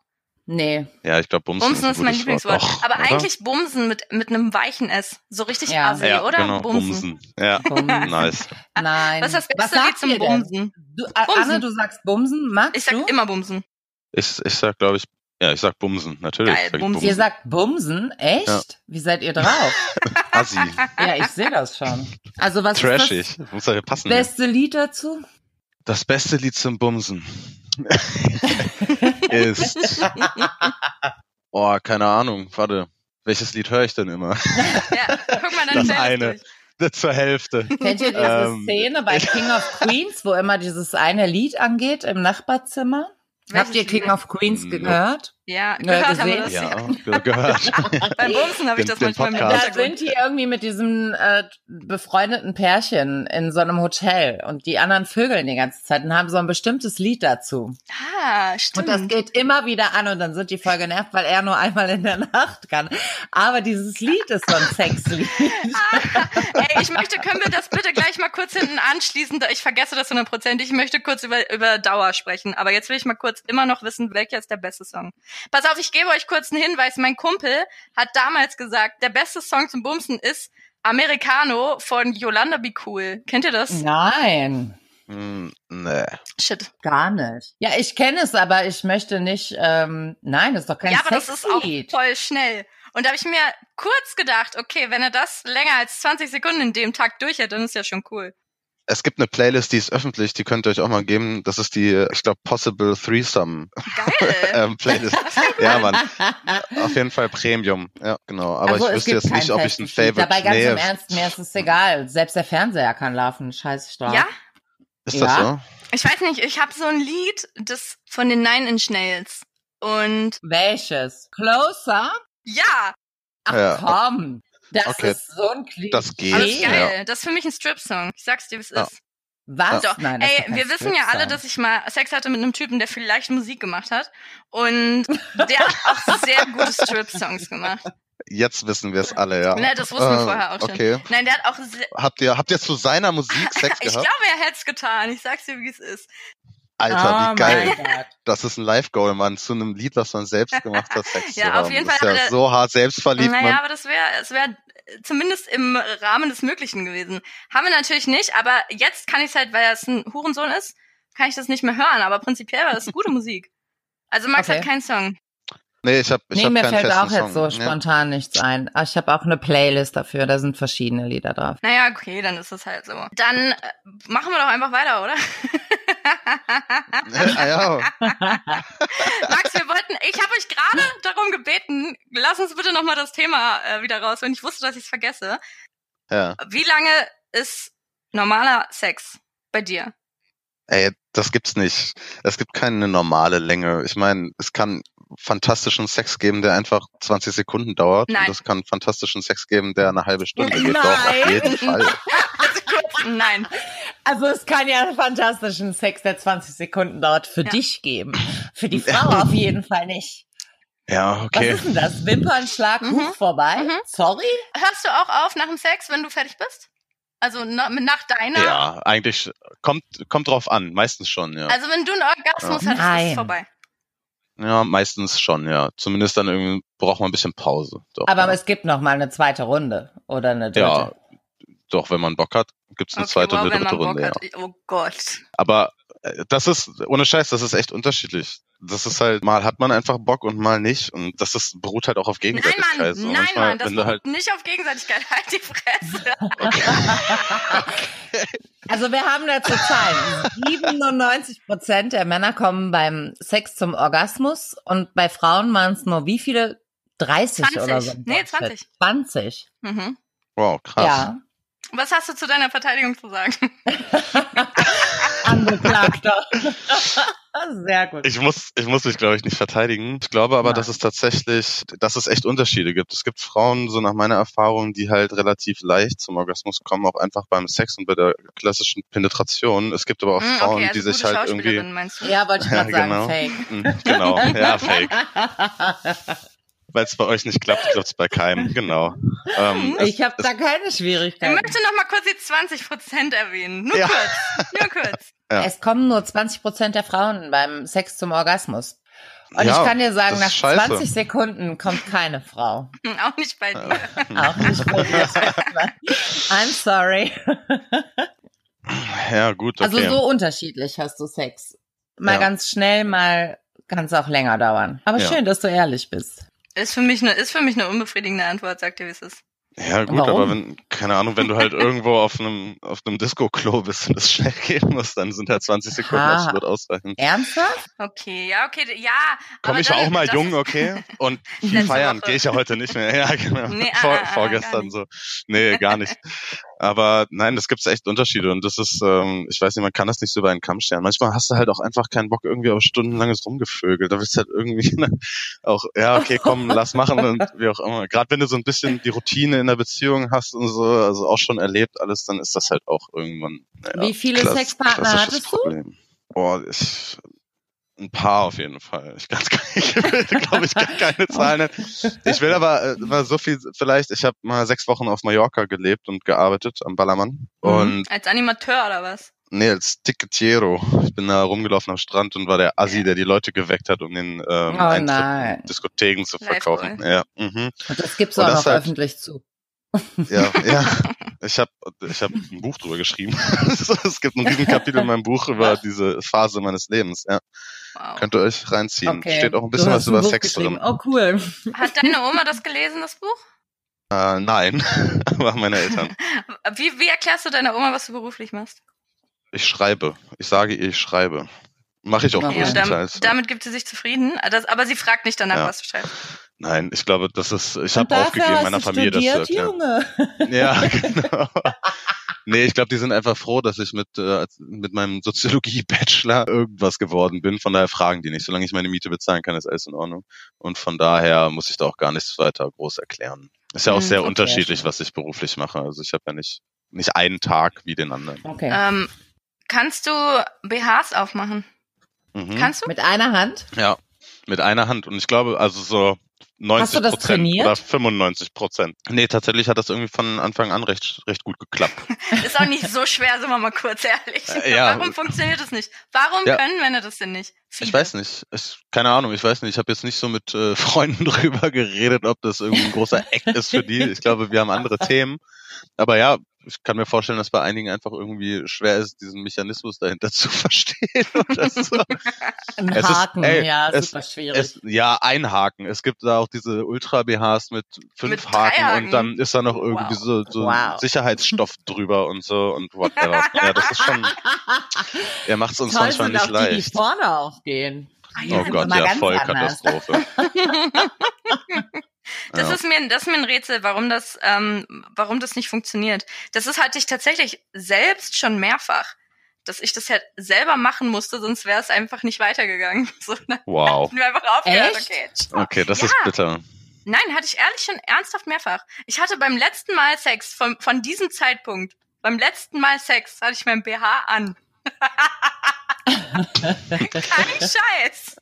[SPEAKER 1] Nee.
[SPEAKER 3] Ja, ich glaube, Bumsen,
[SPEAKER 2] Bumsen ist
[SPEAKER 3] ein
[SPEAKER 2] mein
[SPEAKER 3] gutes
[SPEAKER 2] Lieblingswort.
[SPEAKER 3] Wort. Doch,
[SPEAKER 2] Aber
[SPEAKER 3] oder?
[SPEAKER 2] eigentlich Bumsen mit, mit einem weichen S. So richtig
[SPEAKER 1] Ja.
[SPEAKER 2] assi,
[SPEAKER 3] ja,
[SPEAKER 2] oder?
[SPEAKER 3] Genau,
[SPEAKER 2] Bumsen.
[SPEAKER 3] Bumsen. Ja,
[SPEAKER 1] Bumsen.
[SPEAKER 3] nice.
[SPEAKER 1] Nein.
[SPEAKER 2] Was ist das beste
[SPEAKER 1] sagt
[SPEAKER 2] Lied zum
[SPEAKER 1] ihr denn?
[SPEAKER 2] Bumsen?
[SPEAKER 1] Du, A-
[SPEAKER 2] Bumsen.
[SPEAKER 1] Anne, du sagst Bumsen, Max,
[SPEAKER 2] Ich sag
[SPEAKER 1] du?
[SPEAKER 2] immer Bumsen.
[SPEAKER 3] Ich, ich sag, glaube ich, ja, ich sag Bumsen, natürlich.
[SPEAKER 2] Geil,
[SPEAKER 3] sag ich
[SPEAKER 2] Bumsen.
[SPEAKER 1] Ihr sagt Bumsen? Echt?
[SPEAKER 3] Ja.
[SPEAKER 1] Wie seid ihr drauf?
[SPEAKER 3] Assi,
[SPEAKER 1] ja, ich sehe das schon. Also was ist
[SPEAKER 3] trashig. Muss doch hier
[SPEAKER 1] das
[SPEAKER 3] passen.
[SPEAKER 1] beste Lied dazu?
[SPEAKER 3] das beste Lied zum Bumsen ist. Oh, keine Ahnung, warte. Welches Lied höre ich denn immer?
[SPEAKER 2] Ja, guck mal deine
[SPEAKER 3] Das
[SPEAKER 2] Playlist
[SPEAKER 3] eine.
[SPEAKER 2] durch.
[SPEAKER 3] Zur Hälfte.
[SPEAKER 1] Kennt ihr diese
[SPEAKER 3] Ähm,
[SPEAKER 1] Szene bei King of Queens, wo immer dieses eine Lied angeht im Nachbarzimmer?
[SPEAKER 2] Welches
[SPEAKER 1] Habt ihr King
[SPEAKER 2] Lied?
[SPEAKER 1] of Queens
[SPEAKER 3] Nope.
[SPEAKER 1] gehört?
[SPEAKER 2] Ja,
[SPEAKER 1] Ja,
[SPEAKER 2] gehört haben wir
[SPEAKER 1] gesehen?
[SPEAKER 2] das. Ja.
[SPEAKER 3] Ja, ge- gehört.
[SPEAKER 2] Beim Bumsen habe ich
[SPEAKER 3] Den-
[SPEAKER 2] das
[SPEAKER 3] den
[SPEAKER 2] manchmal im
[SPEAKER 3] Podcast.
[SPEAKER 1] Da
[SPEAKER 2] Hintergrund.
[SPEAKER 1] sind die irgendwie mit diesem äh, befreundeten Pärchen in so einem Hotel und die anderen vögeln die ganze Zeit und haben so ein bestimmtes Lied dazu.
[SPEAKER 2] Ah, stimmt.
[SPEAKER 1] Und das geht immer wieder an und dann sind die voll genervt, weil er nur einmal in der Nacht kann. Aber dieses Lied ist so ein Sexlied.
[SPEAKER 2] Ey, ich möchte, können wir das bitte gleich mal kurz hinten anschließen? Da- Ich vergesse das 100%. Ich möchte kurz über, über Dauer sprechen. Aber jetzt will ich mal kurz immer noch wissen, welcher ist der beste Song. Pass auf, ich gebe euch kurz einen Hinweis. Mein Kumpel hat damals gesagt, der beste Song zum Bumsen ist Americano von Yolanda Be Cool. Kennt ihr das?
[SPEAKER 1] Nein,
[SPEAKER 3] Hm, nee.
[SPEAKER 2] Shit.
[SPEAKER 1] gar nicht. Ja, ich kenne es, aber ich möchte nicht. Ähm, nein, das ist doch kein
[SPEAKER 2] ja, aber das ist auch
[SPEAKER 1] Sexlied.
[SPEAKER 2] voll schnell. Und da habe ich mir kurz gedacht, okay, wenn er das länger als 20 Sekunden in dem Takt durch hat, dann ist ja schon cool.
[SPEAKER 3] Es gibt eine Playlist, die ist öffentlich, die könnt ihr euch auch mal geben. Das ist die, ich glaube, Possible Threesome
[SPEAKER 1] Äh.
[SPEAKER 2] Geil.
[SPEAKER 3] ähm, Playlist. ja, Mann. Auf jeden Fall Premium. Ja, genau. Aber
[SPEAKER 1] Also,
[SPEAKER 3] ich
[SPEAKER 1] es
[SPEAKER 3] wüsste
[SPEAKER 1] gibt
[SPEAKER 3] jetzt
[SPEAKER 1] kein
[SPEAKER 3] nicht, ob ich ein
[SPEAKER 1] festes Lied.
[SPEAKER 3] Favorite
[SPEAKER 1] Dabei ganz
[SPEAKER 3] nee,
[SPEAKER 1] im Ernst, mir ist es egal. Selbst der Fernseher kann laufen. Scheiß drauf.
[SPEAKER 2] ja?
[SPEAKER 3] Ist das
[SPEAKER 1] Ja.
[SPEAKER 3] so?
[SPEAKER 2] Ich weiß nicht, ich habe so ein Lied das von den Nine Inch Nails. Und
[SPEAKER 1] Welches? Closer?
[SPEAKER 2] ja,
[SPEAKER 1] Ach
[SPEAKER 3] Ja.
[SPEAKER 1] komm. Das
[SPEAKER 3] Okay.
[SPEAKER 1] ist so ein Klischee.
[SPEAKER 3] Das geht,
[SPEAKER 2] alles
[SPEAKER 3] ja.
[SPEAKER 2] geil. Das ist für mich ein Strip-Song. Ich sag's dir, wie es
[SPEAKER 3] Ja.
[SPEAKER 2] ist.
[SPEAKER 1] Was?
[SPEAKER 2] So,
[SPEAKER 1] Nein, das ist
[SPEAKER 2] Ey,
[SPEAKER 1] doch kein
[SPEAKER 2] wir wissen ja alle,
[SPEAKER 1] Stripsong.
[SPEAKER 2] dass ich mal Sex hatte mit einem Typen, der vielleicht Musik gemacht hat. Und der hat auch sehr gute Strip-Songs gemacht.
[SPEAKER 3] Jetzt wissen wir es alle, ja.
[SPEAKER 2] Na, das wussten wir
[SPEAKER 1] Ah,
[SPEAKER 3] Äh,
[SPEAKER 2] vorher auch schon.
[SPEAKER 3] Okay.
[SPEAKER 2] Nein, der hat auch sehr,
[SPEAKER 3] Habt ihr, habt ihr zu seiner Musik Sex
[SPEAKER 2] ich
[SPEAKER 3] gehabt?
[SPEAKER 2] glaube, er hätt's getan. Ich sag's dir, wie es ist.
[SPEAKER 3] Alter,
[SPEAKER 1] oh
[SPEAKER 3] wie geil.
[SPEAKER 1] Mein Gott.
[SPEAKER 3] Das ist ein Live-Goal, Mann. Zu einem Lied, was man selbst gemacht hat, Sex
[SPEAKER 2] Ja,
[SPEAKER 3] zu
[SPEAKER 2] auf
[SPEAKER 3] haben.
[SPEAKER 2] jeden
[SPEAKER 3] ist
[SPEAKER 2] Fall,
[SPEAKER 3] Ja
[SPEAKER 2] aber
[SPEAKER 3] so hart selbstverliebt,
[SPEAKER 2] Naja,
[SPEAKER 3] Mann.
[SPEAKER 2] aber das wäre es wäre zumindest im Rahmen des Möglichen gewesen. Haben wir natürlich nicht, aber jetzt kann ich es halt, weil er ein Hurensohn ist, kann ich das nicht mehr hören, aber prinzipiell war das gute Musik. Also Max
[SPEAKER 1] Okay.
[SPEAKER 2] hat keinen Song.
[SPEAKER 3] Nee, ich hab, ich
[SPEAKER 1] nee,
[SPEAKER 3] hab
[SPEAKER 1] mir
[SPEAKER 3] keinen
[SPEAKER 1] fällt
[SPEAKER 3] festen
[SPEAKER 1] auch jetzt so
[SPEAKER 3] Song. ne? Nee.
[SPEAKER 1] spontan nichts ein. Aber Ich habe auch eine Playlist dafür, da sind verschiedene Lieder drauf.
[SPEAKER 2] Naja, okay, dann ist es halt so. Dann äh, machen wir doch einfach weiter, oder?
[SPEAKER 3] ah, ja.
[SPEAKER 2] Max, wir wollten, ich habe euch gerade darum gebeten, lass uns bitte nochmal das Thema äh, wieder raus, wenn ich wusste, dass ich es vergesse.
[SPEAKER 3] ja.
[SPEAKER 2] Wie lange ist normaler Sex bei dir?
[SPEAKER 3] Ey, das gibt's nicht. Es gibt keine normale Länge. Ich meine, es kann fantastischen Sex geben, der einfach 20 Sekunden dauert.
[SPEAKER 2] Nein.
[SPEAKER 3] Und es kann fantastischen Sex geben, der eine halbe Stunde geht. Doch,
[SPEAKER 1] Nein.
[SPEAKER 3] auf jeden Fall.
[SPEAKER 2] Nein.
[SPEAKER 1] Also es kann ja fantastischen Sex, der 20 Sekunden dauert, für
[SPEAKER 2] Ja.
[SPEAKER 1] dich geben. Für die Frau auf jeden Fall nicht.
[SPEAKER 3] Ja,
[SPEAKER 1] Was
[SPEAKER 3] okay.
[SPEAKER 1] ist denn das? Wimpernschlag huch, vorbei?
[SPEAKER 2] Mhm.
[SPEAKER 1] Sorry?
[SPEAKER 2] Hörst du auch auf nach dem Sex, wenn du fertig bist? Also na- nach deiner?
[SPEAKER 3] Ja, eigentlich kommt, kommt drauf an. Meistens schon, ja.
[SPEAKER 2] Also wenn du einen Orgasmus
[SPEAKER 1] Ja.
[SPEAKER 2] hattest, ist
[SPEAKER 1] Nein.
[SPEAKER 2] es vorbei.
[SPEAKER 3] ja, meistens schon, ja. Zumindest dann irgendwie braucht man ein bisschen Pause. Doch,
[SPEAKER 1] Aber
[SPEAKER 3] ja.
[SPEAKER 1] es gibt noch mal eine zweite Runde oder eine dritte.
[SPEAKER 3] Ja. Doch, wenn man Bock hat, gibt's eine zweite
[SPEAKER 2] wow,
[SPEAKER 3] und
[SPEAKER 2] wenn
[SPEAKER 3] eine
[SPEAKER 2] man
[SPEAKER 3] dritte
[SPEAKER 2] Bock
[SPEAKER 3] Runde, ja.
[SPEAKER 2] hat. Oh Gott.
[SPEAKER 3] Aber äh, das ist, ohne Scheiß, das ist echt unterschiedlich. Das ist halt, mal hat man einfach Bock und mal nicht. Und das ist, beruht halt auch auf
[SPEAKER 2] Nein,
[SPEAKER 3] Gegenseitigkeit. So,
[SPEAKER 2] Mann, nein,
[SPEAKER 3] manchmal,
[SPEAKER 2] Mann, das
[SPEAKER 3] wenn du
[SPEAKER 2] beruht
[SPEAKER 3] halt,
[SPEAKER 2] nicht auf Gegenseitigkeit. Halt die Fresse.
[SPEAKER 1] Also wir haben dazu Zahlen. 97 Prozent der Männer kommen beim Sex zum Orgasmus und bei Frauen waren es nur wie viele? 30 oder so.
[SPEAKER 2] 20. Nee, 20.
[SPEAKER 1] 20.
[SPEAKER 2] Mhm.
[SPEAKER 3] wow, krass.
[SPEAKER 1] Ja.
[SPEAKER 2] Was hast du zu deiner Verteidigung zu sagen?
[SPEAKER 1] Angeklagter. Sehr gut.
[SPEAKER 3] Ich muss, ich muss mich, glaube ich, nicht verteidigen. Ich glaube aber,
[SPEAKER 1] Nein.
[SPEAKER 3] dass es tatsächlich, dass es echt Unterschiede gibt. Es gibt Frauen, so nach meiner Erfahrung, die halt relativ leicht zum Orgasmus kommen, auch einfach beim Sex und bei der klassischen Penetration. Es gibt aber auch
[SPEAKER 2] Hm,
[SPEAKER 3] Frauen,
[SPEAKER 2] okay, also
[SPEAKER 3] die
[SPEAKER 2] gute
[SPEAKER 3] sich halt irgendwie,
[SPEAKER 2] Schauspielerin, meinst du?
[SPEAKER 1] ja, wollte ich
[SPEAKER 3] Ja,
[SPEAKER 1] gerade sagen,
[SPEAKER 3] genau.
[SPEAKER 1] fake.
[SPEAKER 3] Hm, genau, ja, fake. Weil es bei euch nicht klappt, klappt es bei keinem, genau. Ähm, es-
[SPEAKER 1] Mhm, Ich habe da keine
[SPEAKER 2] Ich
[SPEAKER 1] Schwierigkeiten.
[SPEAKER 2] möchte noch mal kurz die 20 Prozent erwähnen. Nur
[SPEAKER 3] Ja.
[SPEAKER 2] kurz. Nur kurz.
[SPEAKER 3] Ja.
[SPEAKER 1] Es kommen nur 20 Prozent der Frauen beim Sex zum Orgasmus. Und
[SPEAKER 3] Ja,
[SPEAKER 1] ich kann dir sagen,
[SPEAKER 3] das
[SPEAKER 1] nach
[SPEAKER 3] ist scheiße.
[SPEAKER 1] 20 Sekunden kommt keine Frau.
[SPEAKER 2] Hm, Auch nicht bei dir.
[SPEAKER 3] Ah.
[SPEAKER 1] Auch nicht bei mir. I'm sorry.
[SPEAKER 3] ja, gut, okay.
[SPEAKER 1] Also so unterschiedlich hast du Sex. Mal
[SPEAKER 3] Ja.
[SPEAKER 1] ganz schnell, mal kann es auch länger dauern. Aber
[SPEAKER 3] Ja.
[SPEAKER 1] schön, dass du ehrlich bist.
[SPEAKER 2] Ist für mich eine, ist für mich eine unbefriedigende Antwort, sagt ihr, wie es ist.
[SPEAKER 3] Ja, gut,
[SPEAKER 1] Warum?
[SPEAKER 3] aber wenn, keine Ahnung, wenn du halt irgendwo auf einem, auf einem Disco-Klo bist und es schnell gehen muss, dann sind halt 20 Sekunden
[SPEAKER 1] Ah.
[SPEAKER 3] absolut ausreichend.
[SPEAKER 1] Ernsthaft?
[SPEAKER 2] Okay, ja, okay, d- ja.
[SPEAKER 3] Komm
[SPEAKER 2] aber
[SPEAKER 3] ich
[SPEAKER 2] dann-
[SPEAKER 3] auch mal
[SPEAKER 2] das
[SPEAKER 3] jung,
[SPEAKER 2] ist-
[SPEAKER 3] okay? Und viel
[SPEAKER 2] Letzte
[SPEAKER 3] feiern
[SPEAKER 2] Woche.
[SPEAKER 3] gehe ich ja heute nicht mehr. Ja, genau.
[SPEAKER 2] Nee,
[SPEAKER 3] Vor,
[SPEAKER 2] ah, ah, ah, gar
[SPEAKER 3] vorgestern
[SPEAKER 2] nicht.
[SPEAKER 3] so. Nee, gar nicht. Aber nein, das gibt's echt Unterschiede und das ist, ähm, ich weiß nicht, man kann das nicht so über einen Kamm scheren. Manchmal hast du halt auch einfach keinen Bock irgendwie auf stundenlanges Rumgevögel. Da willst du halt irgendwie ne, auch, ja, okay, komm, lass machen und wie auch immer. Gerade wenn du so ein bisschen die Routine in der Beziehung hast und so, also auch schon erlebt alles, dann ist das halt auch irgendwann. naja,
[SPEAKER 1] Wie viele
[SPEAKER 3] klass-
[SPEAKER 1] Sexpartner
[SPEAKER 3] klassisches
[SPEAKER 1] hattest du?
[SPEAKER 3] Problem. Boah, ich, ein paar auf jeden Fall. Ich, ganz, ich will, glaube ich, gar keine Zahlen nennen. Ich will aber äh, mal so viel vielleicht. Ich habe mal sechs Wochen auf Mallorca gelebt und gearbeitet am Ballermann.
[SPEAKER 1] Mhm.
[SPEAKER 3] Und
[SPEAKER 2] Als Animateur oder was?
[SPEAKER 3] nee, als Ticketiero. Ich bin da rumgelaufen am Strand und war der Assi, der die Leute geweckt hat, um den ähm, Eintritt
[SPEAKER 1] Oh, nein.
[SPEAKER 3] in Diskotheken zu
[SPEAKER 2] Lifebuoy.
[SPEAKER 3] verkaufen. Ja, mhm.
[SPEAKER 1] Und das gibt's
[SPEAKER 3] Und
[SPEAKER 1] auch
[SPEAKER 3] das
[SPEAKER 1] noch
[SPEAKER 3] halt-
[SPEAKER 1] öffentlich zu.
[SPEAKER 3] Ja, ja. Ich habe ich hab ein Buch drüber geschrieben. So, es gibt ein Riesenkapitel in meinem Buch über diese Phase meines Lebens. Ja,
[SPEAKER 2] Wow.
[SPEAKER 3] könnt ihr euch reinziehen.
[SPEAKER 1] Okay.
[SPEAKER 3] Steht auch ein bisschen
[SPEAKER 1] Du
[SPEAKER 3] was
[SPEAKER 1] hast ein
[SPEAKER 3] über
[SPEAKER 1] Buch
[SPEAKER 3] Sex
[SPEAKER 1] geschrieben.
[SPEAKER 3] drin.
[SPEAKER 1] Oh, cool.
[SPEAKER 2] Hat deine Oma das gelesen, das Buch?
[SPEAKER 3] Äh, nein, aber meine Eltern.
[SPEAKER 2] Wie, wie erklärst du deiner Oma, was du beruflich machst?
[SPEAKER 3] Ich schreibe. Ich sage ihr, ich schreibe. Mache ich auch
[SPEAKER 1] Ja,
[SPEAKER 3] größtenteils.
[SPEAKER 2] damit, damit gibt sie sich zufrieden, Ah, das, aber sie fragt nicht danach,
[SPEAKER 3] Ja.
[SPEAKER 2] was du schreibst.
[SPEAKER 3] Nein, ich glaube, das ist. Ich
[SPEAKER 1] Und
[SPEAKER 3] habe
[SPEAKER 1] dafür
[SPEAKER 3] aufgegeben,
[SPEAKER 1] hast
[SPEAKER 3] meiner
[SPEAKER 1] du
[SPEAKER 3] Familie das zu
[SPEAKER 1] studiert,
[SPEAKER 3] erklären.
[SPEAKER 1] Junge.
[SPEAKER 3] Ja, genau. Nee, ich glaube, die sind einfach froh, dass ich mit, äh, als- mit meinem Soziologie-Bachelor irgendwas geworden bin. Von daher fragen die nicht. Solange ich meine Miete bezahlen kann, ist alles in Ordnung. Und von daher muss ich da auch gar nichts weiter groß erklären. Ist ja auch
[SPEAKER 2] Hm,
[SPEAKER 3] sehr
[SPEAKER 1] okay,
[SPEAKER 3] unterschiedlich,
[SPEAKER 1] schön.
[SPEAKER 3] was ich beruflich mache. Also ich habe ja nicht, nicht einen Tag wie den anderen.
[SPEAKER 1] Okay.
[SPEAKER 2] Ähm, kannst du BHs aufmachen?
[SPEAKER 3] Mhm.
[SPEAKER 2] Kannst du?
[SPEAKER 1] Mit einer Hand?
[SPEAKER 3] Ja, mit einer Hand. Und ich glaube, also so 90
[SPEAKER 1] Hast du das trainiert?
[SPEAKER 3] oder 95 Prozent. Nee, tatsächlich hat das irgendwie von Anfang an recht, recht gut geklappt.
[SPEAKER 2] Ist auch nicht so schwer, sind wir mal kurz ehrlich.
[SPEAKER 3] Äh, ja.
[SPEAKER 2] Warum funktioniert das nicht? Warum
[SPEAKER 3] Ja.
[SPEAKER 2] können Männer das denn nicht? Viele.
[SPEAKER 3] Ich weiß nicht. Ich, keine Ahnung, ich weiß nicht. Ich habe jetzt nicht so mit äh, Freunden drüber geredet, ob das irgendwie ein großer Eck ist für die. Ich glaube, wir haben andere Themen. Aber ja, ich kann mir vorstellen, dass bei einigen einfach irgendwie schwer ist, diesen Mechanismus dahinter zu verstehen oder so.
[SPEAKER 1] Ein
[SPEAKER 3] Es ist-
[SPEAKER 1] Haken,
[SPEAKER 3] ey,
[SPEAKER 1] ja,
[SPEAKER 3] es-
[SPEAKER 1] super schwierig.
[SPEAKER 3] Es, ja, ein Haken. Es gibt da auch diese Ultra-BHs mit fünf
[SPEAKER 2] Mit drei
[SPEAKER 3] Haken,
[SPEAKER 2] Haken.
[SPEAKER 3] und dann ist da noch irgendwie
[SPEAKER 2] Wow.
[SPEAKER 3] so, so
[SPEAKER 1] Wow.
[SPEAKER 3] Sicherheitsstoff drüber und so und whatever. ja, das ist schon, er macht es uns
[SPEAKER 1] Toll
[SPEAKER 3] manchmal
[SPEAKER 1] sind
[SPEAKER 3] nicht
[SPEAKER 1] auch die, die
[SPEAKER 3] leicht.
[SPEAKER 1] vorne aufgehen.
[SPEAKER 2] Ah,
[SPEAKER 1] Die
[SPEAKER 3] Oh
[SPEAKER 1] sind
[SPEAKER 3] Gott,
[SPEAKER 1] immer
[SPEAKER 3] ja,
[SPEAKER 1] ganz
[SPEAKER 3] voll
[SPEAKER 1] anders.
[SPEAKER 3] Katastrophe.
[SPEAKER 2] Das
[SPEAKER 3] ja.
[SPEAKER 2] ist mir, das ist mir ein Rätsel, warum das, ähm, warum das nicht funktioniert. Das ist hatte ich tatsächlich selbst schon mehrfach, dass ich das halt selber machen musste, sonst wäre es einfach nicht weitergegangen. So, dann
[SPEAKER 3] wow.
[SPEAKER 2] sind wir einfach aufgehört.
[SPEAKER 1] Echt?
[SPEAKER 2] Okay. ciao.
[SPEAKER 3] Okay, das
[SPEAKER 2] Ja.
[SPEAKER 3] ist bitter.
[SPEAKER 2] Nein, hatte ich ehrlich schon ernsthaft mehrfach. Ich hatte beim letzten Mal Sex von, von diesem Zeitpunkt. Beim letzten Mal Sex hatte ich mein BH an. Kein Scheiß.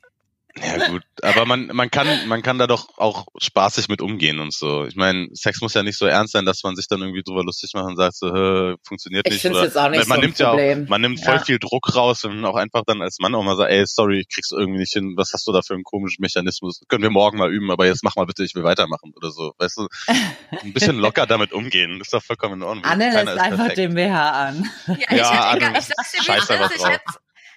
[SPEAKER 3] Ja gut, aber man, man kann man kann da doch auch spaßig mit umgehen und so. Ich meine, Sex muss ja nicht so ernst sein, dass man sich dann irgendwie drüber lustig macht und sagt so, "Hä, funktioniert
[SPEAKER 1] Ich
[SPEAKER 3] nicht.
[SPEAKER 1] find's
[SPEAKER 3] oder-
[SPEAKER 1] jetzt auch nicht
[SPEAKER 3] Weil man
[SPEAKER 1] so ein
[SPEAKER 3] nimmt ja
[SPEAKER 1] Problem.
[SPEAKER 3] auch, man nimmt voll
[SPEAKER 1] Ja.
[SPEAKER 3] viel Druck raus und auch einfach dann als Mann auch mal sagt, ey, sorry, ich krieg's irgendwie nicht hin. Was hast du da für einen komischen Mechanismus? Können wir morgen mal üben, aber jetzt mach mal bitte, ich will weitermachen oder so. Weißt du, ein bisschen locker damit umgehen, das ist doch vollkommen in Ordnung.
[SPEAKER 1] Anne
[SPEAKER 3] Keiner
[SPEAKER 1] lässt
[SPEAKER 3] ist
[SPEAKER 1] einfach
[SPEAKER 3] perfekt.
[SPEAKER 1] den BH an.
[SPEAKER 2] Ja, ich,
[SPEAKER 3] Ja,
[SPEAKER 2] hätte,
[SPEAKER 3] Adam,
[SPEAKER 2] egal, ich sag's dir, wie
[SPEAKER 3] scheiß
[SPEAKER 2] es
[SPEAKER 3] einfach
[SPEAKER 2] ist. Ich
[SPEAKER 3] drauf.
[SPEAKER 2] hätte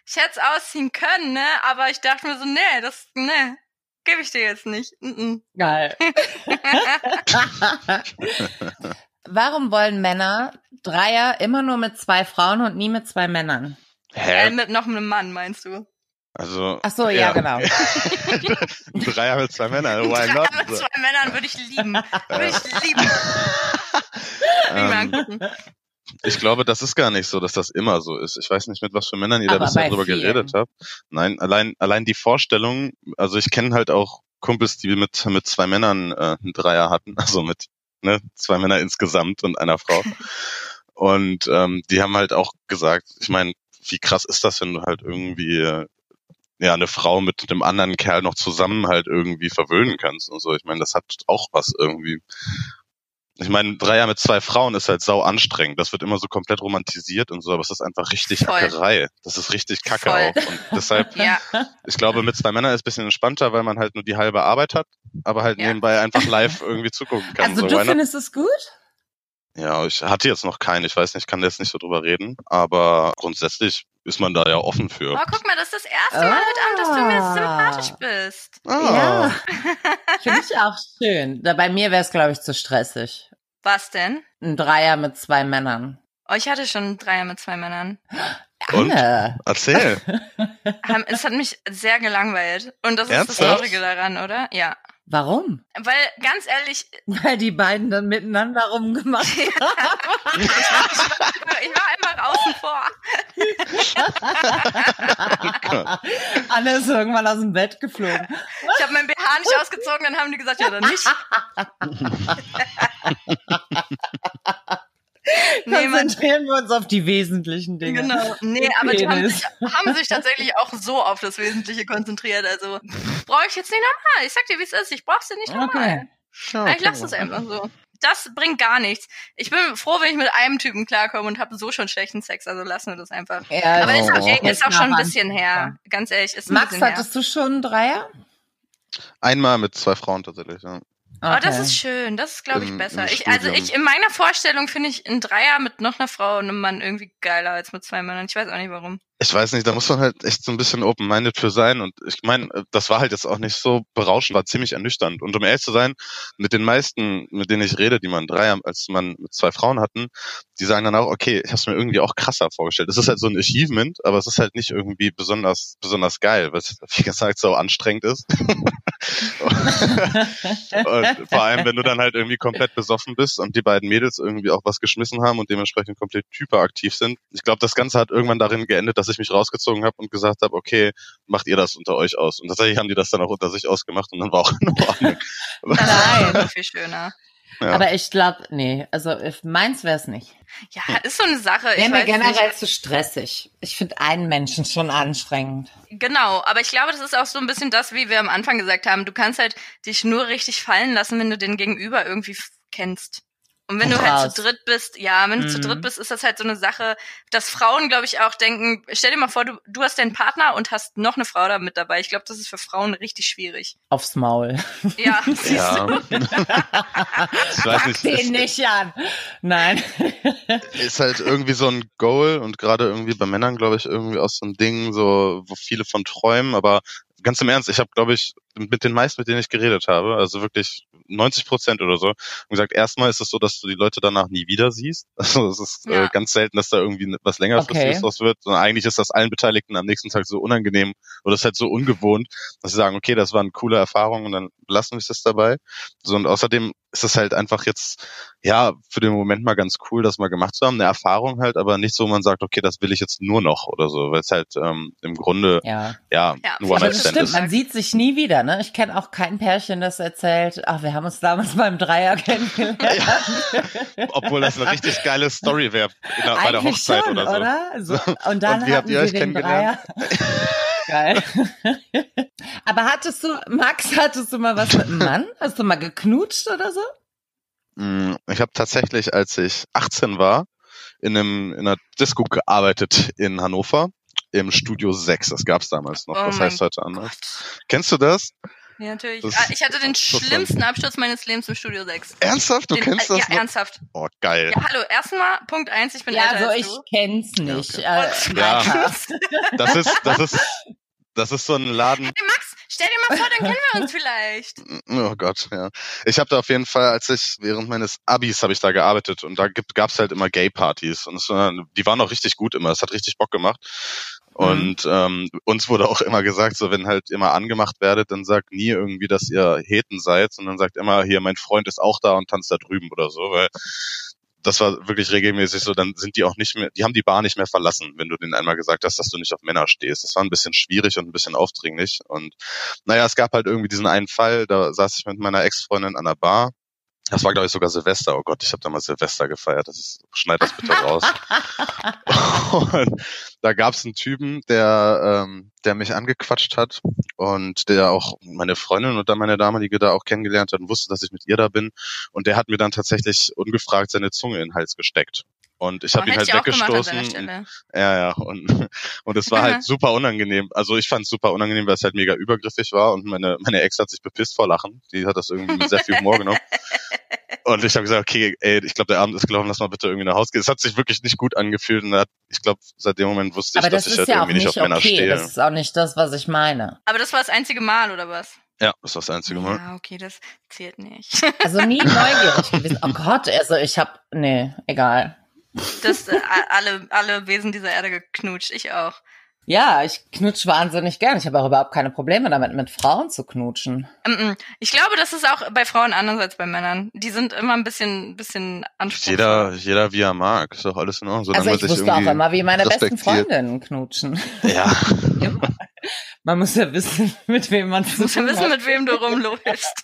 [SPEAKER 2] ich hätt's ausziehen können, ne? Aber ich dachte mir so, nee, das, nee, gebe ich dir jetzt nicht. Mm
[SPEAKER 1] Geil.
[SPEAKER 2] -mm.
[SPEAKER 1] Warum wollen Männer Dreier immer nur mit zwei Frauen und nie mit zwei Männern?
[SPEAKER 2] äh,
[SPEAKER 3] Hä?
[SPEAKER 2] mit noch einem Mann, meinst du?
[SPEAKER 3] Also
[SPEAKER 1] Ach so, ja, genau.
[SPEAKER 3] Ein Dreier mit zwei Männern, why
[SPEAKER 2] Drei
[SPEAKER 3] not?
[SPEAKER 2] mit zwei Männern würde ich lieben. Würde ich lieben. Will ich mal
[SPEAKER 3] Ähm,
[SPEAKER 2] angucken.
[SPEAKER 3] Ich glaube, das ist gar nicht so, dass das immer so ist. Ich weiß nicht, mit was für Männern ihr
[SPEAKER 1] Aber
[SPEAKER 3] da bisher
[SPEAKER 1] bei
[SPEAKER 3] drüber
[SPEAKER 1] vielen.
[SPEAKER 3] geredet habt. Nein, allein, allein die Vorstellung, also ich kenne halt auch Kumpels, die mit, mit zwei Männern äh, einen Dreier hatten, also mit ne, zwei Männer insgesamt und einer Frau. und ähm, die haben halt auch gesagt, ich meine, wie krass ist das, wenn du halt irgendwie äh, ja eine Frau mit einem anderen Kerl noch zusammen halt irgendwie verwöhnen kannst und so. Ich meine, das hat auch was irgendwie. Ich meine, ein Dreier mit zwei Frauen ist halt sau anstrengend. Das wird immer so komplett romantisiert und so, aber es ist einfach richtig
[SPEAKER 2] Voll.
[SPEAKER 3] Hackerei. Das ist richtig Kacke
[SPEAKER 2] Voll.
[SPEAKER 3] auch. Und deshalb,
[SPEAKER 2] Ja,
[SPEAKER 1] Also
[SPEAKER 3] ich glaube, mit zwei Männern ist ein bisschen entspannter, weil man halt nur die halbe Arbeit hat, aber halt
[SPEAKER 2] Ja.
[SPEAKER 3] nebenbei einfach live irgendwie zugucken kann.
[SPEAKER 1] Also
[SPEAKER 3] so,
[SPEAKER 1] du
[SPEAKER 3] why not?
[SPEAKER 1] findest es gut?
[SPEAKER 3] ja, ich hatte jetzt noch keinen. Ich weiß nicht, kann jetzt nicht so drüber reden, aber grundsätzlich ist man da ja offen für.
[SPEAKER 2] aber Oh, guck mal, das ist das erste Mal heute Abend, dass du mir
[SPEAKER 1] Ah.
[SPEAKER 2] sympathisch bist.
[SPEAKER 1] Ja. Finde ich auch schön. Da bei mir wäre es, glaube ich, zu stressig.
[SPEAKER 2] Was denn?
[SPEAKER 1] Ein Dreier mit zwei Männern.
[SPEAKER 2] Oh, ich hatte schon einen Dreier mit zwei Männern.
[SPEAKER 3] Und?
[SPEAKER 1] Anne.
[SPEAKER 3] Erzähl.
[SPEAKER 2] Haben- Es hat mich sehr gelangweilt. Und das ist das
[SPEAKER 3] Ernsthaft?
[SPEAKER 2] Traurige daran, oder? Ja.
[SPEAKER 1] Warum?
[SPEAKER 2] Weil, ganz ehrlich,
[SPEAKER 1] Weil die beiden dann miteinander rumgemacht haben.
[SPEAKER 2] ich war einfach außen vor.
[SPEAKER 1] Anne ist irgendwann aus dem Bett geflogen.
[SPEAKER 2] Ich habe mein BH nicht ausgezogen, dann haben die gesagt, ja, dann nicht. nee, man,
[SPEAKER 1] Konzentrieren wir uns auf die wesentlichen Dinge.
[SPEAKER 2] genau. Nee, aber die haben
[SPEAKER 1] Penis.
[SPEAKER 2] sich, haben sich tatsächlich auch so auf das Wesentliche konzentriert. Also brauche ich jetzt nicht nochmal. Ich sag dir, wie es ist. Ich brauch's dir nicht nochmal.
[SPEAKER 1] Ah, Okay.
[SPEAKER 2] Ich lasse es einfach so. Das bringt gar nichts. Ich bin froh, wenn ich mit einem Typen klarkomme und habe so schon schlechten Sex, also lassen wir das einfach.
[SPEAKER 1] Ja,
[SPEAKER 2] Aber ist, auch,
[SPEAKER 1] das
[SPEAKER 2] ey, ist auch schon ein
[SPEAKER 1] nachher.
[SPEAKER 2] bisschen her. Ganz ehrlich, ist ein
[SPEAKER 1] Max,
[SPEAKER 2] bisschen her.
[SPEAKER 1] hattest du schon einen Dreier?
[SPEAKER 3] Einmal mit zwei Frauen tatsächlich, ja.
[SPEAKER 1] Ah,
[SPEAKER 2] Oh, das ist schön. Das ist, glaube ich,
[SPEAKER 3] Im-
[SPEAKER 2] besser.
[SPEAKER 3] im
[SPEAKER 2] Ich, also
[SPEAKER 3] Studium.
[SPEAKER 2] ich in meiner Vorstellung finde ich ein Dreier mit noch einer Frau und einem Mann irgendwie geiler als mit zwei Männern. Ich weiß auch nicht warum.
[SPEAKER 3] Ich weiß nicht, da muss man halt echt so ein bisschen open-minded für sein. Und ich meine, das war halt jetzt auch nicht so berauschend, war ziemlich ernüchternd. Und um ehrlich zu sein, mit den meisten, mit denen ich rede, die man drei, als man mit zwei Frauen hatten, die sagen dann auch, okay, ich habe es mir irgendwie auch krasser vorgestellt. Es ist halt so ein Achievement, aber es ist halt nicht irgendwie besonders, besonders geil, weil es, wie gesagt, so anstrengend ist. Und äh, vor allem, wenn du dann halt irgendwie komplett besoffen bist und die beiden Mädels irgendwie auch was geschmissen haben und dementsprechend komplett hyperaktiv sind. Ich glaube, das Ganze hat irgendwann darin geendet, dass ich mich rausgezogen habe und gesagt habe, okay, macht ihr das unter euch aus. Und tatsächlich haben die das dann auch unter sich ausgemacht und dann war auch in Ordnung.
[SPEAKER 2] Das
[SPEAKER 1] Nein.
[SPEAKER 2] ist so viel schöner.
[SPEAKER 3] Ja.
[SPEAKER 1] Aber ich glaube, nee, also if- meins wäre es nicht.
[SPEAKER 2] Ja, ist so eine Sache. Ich
[SPEAKER 1] Wäre mir
[SPEAKER 2] weiß
[SPEAKER 1] generell
[SPEAKER 2] nicht.
[SPEAKER 1] zu stressig. Ich finde einen Menschen schon anstrengend.
[SPEAKER 2] Genau, aber ich glaube, das ist auch so ein bisschen das, wie wir am Anfang gesagt haben. Du kannst halt dich nur richtig fallen lassen, wenn du den Gegenüber irgendwie f- kennst. Und wenn du halt
[SPEAKER 1] Raus.
[SPEAKER 2] zu dritt bist, ja, wenn du zu
[SPEAKER 1] Mhm.
[SPEAKER 2] dritt bist, ist das halt so eine Sache, dass Frauen, glaube ich, auch denken, stell dir mal vor, du, du hast deinen Partner und hast noch eine Frau da mit dabei. Ich glaube, das ist für Frauen richtig schwierig.
[SPEAKER 1] Aufs Maul.
[SPEAKER 2] Ja, siehst
[SPEAKER 3] Ja.
[SPEAKER 2] du.
[SPEAKER 3] Ich weiß
[SPEAKER 1] Pack
[SPEAKER 3] nicht,
[SPEAKER 1] den
[SPEAKER 3] es
[SPEAKER 1] nicht an. Nein.
[SPEAKER 3] ist halt irgendwie so ein Goal und gerade irgendwie bei Männern, glaube ich, irgendwie auch so ein Ding, so, wo viele von träumen, aber ganz im Ernst, ich habe, glaube ich, mit den meisten, mit denen ich geredet habe, also wirklich 90 Prozent oder so, haben gesagt, erstmal ist es so, dass du die Leute danach nie wieder siehst. Also es ist äh,
[SPEAKER 2] Ja.
[SPEAKER 3] ganz selten, dass da irgendwie was längerfristiges
[SPEAKER 1] Okay.
[SPEAKER 3] draus wird. Und eigentlich ist das allen Beteiligten am nächsten Tag so unangenehm oder ist halt so ungewohnt, dass sie sagen, okay, das war eine coole Erfahrung und dann lassen wir es jetzt dabei. So, und außerdem ist es halt einfach jetzt, ja, für den Moment mal ganz cool, das mal gemacht zu haben, eine Erfahrung halt, aber nicht so, wo man sagt, okay, das will ich jetzt nur noch oder so, weil es halt ähm, im Grunde,
[SPEAKER 1] Ja.
[SPEAKER 3] ja,
[SPEAKER 2] Ja,
[SPEAKER 3] ein
[SPEAKER 2] aber
[SPEAKER 1] Aber Also das
[SPEAKER 3] One-Night-Stand
[SPEAKER 1] stimmt,
[SPEAKER 3] ist.
[SPEAKER 1] man sieht sich nie wieder, ne? Ich kenne auch kein Pärchen, das erzählt, ach, wir haben uns damals beim Dreier kennengelernt.
[SPEAKER 3] Obwohl das eine richtig geile Story wäre in der- bei der
[SPEAKER 1] Eigentlich
[SPEAKER 3] Hochzeit
[SPEAKER 1] schon,
[SPEAKER 3] oder so.
[SPEAKER 1] So, und dann
[SPEAKER 3] Und wie habt
[SPEAKER 1] hatten
[SPEAKER 3] ihr
[SPEAKER 1] wir
[SPEAKER 3] euch
[SPEAKER 1] den Dreier.
[SPEAKER 3] kennengelernt?
[SPEAKER 1] Geil. Aber hattest du, Max, hattest du mal was mit einem Mann? Hast du mal geknutscht oder so?
[SPEAKER 3] Mm, Ich habe tatsächlich, als ich 18 war, in, einem, in einer Disco gearbeitet in Hannover im Studio 6. Das gab's damals noch.
[SPEAKER 2] Oh
[SPEAKER 3] das
[SPEAKER 2] mein
[SPEAKER 3] heißt heute anders.
[SPEAKER 2] Gott.
[SPEAKER 3] Kennst du das?
[SPEAKER 2] Ja, natürlich.
[SPEAKER 3] Das-
[SPEAKER 2] Ah, ich hatte den
[SPEAKER 3] das ist
[SPEAKER 2] schlimmsten Absturz meines Lebens im Studio 6.
[SPEAKER 3] Ernsthaft? Du
[SPEAKER 2] den,
[SPEAKER 3] kennst
[SPEAKER 2] äh,
[SPEAKER 3] das?
[SPEAKER 2] Ja,
[SPEAKER 3] noch?
[SPEAKER 2] ernsthaft.
[SPEAKER 3] oh, geil.
[SPEAKER 2] Ja, hallo, erstmal Punkt eins, ich bin
[SPEAKER 1] ja,
[SPEAKER 2] älter
[SPEAKER 1] so
[SPEAKER 2] als
[SPEAKER 1] ich
[SPEAKER 2] du.
[SPEAKER 1] kenn's nicht.
[SPEAKER 3] Ja,
[SPEAKER 1] Äh,
[SPEAKER 3] Ja.
[SPEAKER 1] weiter.
[SPEAKER 3] Das ist, das ist, das ist so ein Laden.
[SPEAKER 2] Hey Max, stell dir mal vor, dann kennen wir uns vielleicht.
[SPEAKER 3] Oh Gott, ja. Ich habe da auf jeden Fall, als ich während meines Abis habe ich da gearbeitet und da gibt, gab's halt immer Gay-Partys und es war, die waren auch richtig gut immer. Es hat richtig Bock gemacht. Und ähm, uns wurde auch immer gesagt, so wenn halt immer angemacht werdet, dann sagt nie irgendwie, dass ihr Heten seid, sondern sagt immer hier, mein Freund ist auch da und tanzt da drüben oder so, weil das war wirklich regelmäßig so, dann sind die auch nicht mehr, die haben die Bar nicht mehr verlassen, wenn du denen einmal gesagt hast, dass du nicht auf Männer stehst. Das war ein bisschen schwierig und ein bisschen aufdringlich. Und naja, es gab halt irgendwie diesen einen Fall, da saß ich mit meiner Ex-Freundin an der Bar. Das war, glaube ich, sogar Silvester. Oh Gott, ich habe damals Silvester gefeiert. Das ist, schneid das bitte raus. und da gab es einen Typen, der, ähm, der mich angequatscht hat und der auch meine Freundin und dann meine damalige da auch kennengelernt hat und wusste, dass ich mit ihr da bin. Und der hat mir dann tatsächlich ungefragt seine Zunge in den Hals gesteckt. Und ich
[SPEAKER 2] Oh,
[SPEAKER 3] habe ihn
[SPEAKER 2] hätte
[SPEAKER 3] halt
[SPEAKER 2] ich auch gemacht an seiner
[SPEAKER 3] weggestoßen.
[SPEAKER 2] Stelle.
[SPEAKER 3] Ja, ja. Und, und es war halt super unangenehm. Also ich fand es super unangenehm, weil es halt mega übergriffig war und meine, meine Ex hat sich bepisst vor Lachen. Die hat das irgendwie mit sehr viel Humor genommen. Und ich habe gesagt, okay, ey, ich glaube, der Abend ist gelaufen, lass mal bitte irgendwie nach Hause gehen. Es hat sich wirklich nicht gut angefühlt und hat, ich glaube, seit dem Moment wusste ich,
[SPEAKER 1] Aber das
[SPEAKER 3] dass ich
[SPEAKER 1] ist
[SPEAKER 3] halt
[SPEAKER 1] ja auch
[SPEAKER 3] irgendwie nicht
[SPEAKER 1] nicht
[SPEAKER 3] auf Männer
[SPEAKER 1] okay.
[SPEAKER 3] stehe.
[SPEAKER 1] Das ist auch nicht das, was ich meine.
[SPEAKER 2] Aber das war das einzige Mal, oder was?
[SPEAKER 3] ja, das war das einzige Mal.
[SPEAKER 2] Ja, okay, das zählt nicht.
[SPEAKER 1] Also nie neugierig gewesen. Oh Gott, also ich hab, nee, egal.
[SPEAKER 2] Das äh, alle, alle Wesen dieser Erde geknutscht, ich auch.
[SPEAKER 1] Ja, ich knutsch wahnsinnig gern. Ich habe auch überhaupt keine Probleme damit, mit Frauen zu knutschen.
[SPEAKER 2] Mm, mm. Ich glaube, das ist auch bei Frauen anders als bei Männern. Die sind immer ein bisschen, bisschen anspruchsvoll.
[SPEAKER 3] Jeder, jeder wie er mag, ist doch alles in Ordnung. Solange
[SPEAKER 1] Also
[SPEAKER 3] man
[SPEAKER 1] ich
[SPEAKER 3] sich
[SPEAKER 1] wusste auch
[SPEAKER 3] irgendwie-
[SPEAKER 1] immer, wie meine besten
[SPEAKER 3] respektiert.
[SPEAKER 1] Freundinnen knutschen.
[SPEAKER 3] Ja,
[SPEAKER 1] Man muss ja wissen, mit wem man zu
[SPEAKER 2] Wir
[SPEAKER 1] tun
[SPEAKER 2] wissen,
[SPEAKER 1] hat.
[SPEAKER 2] mit wem du rumläufst.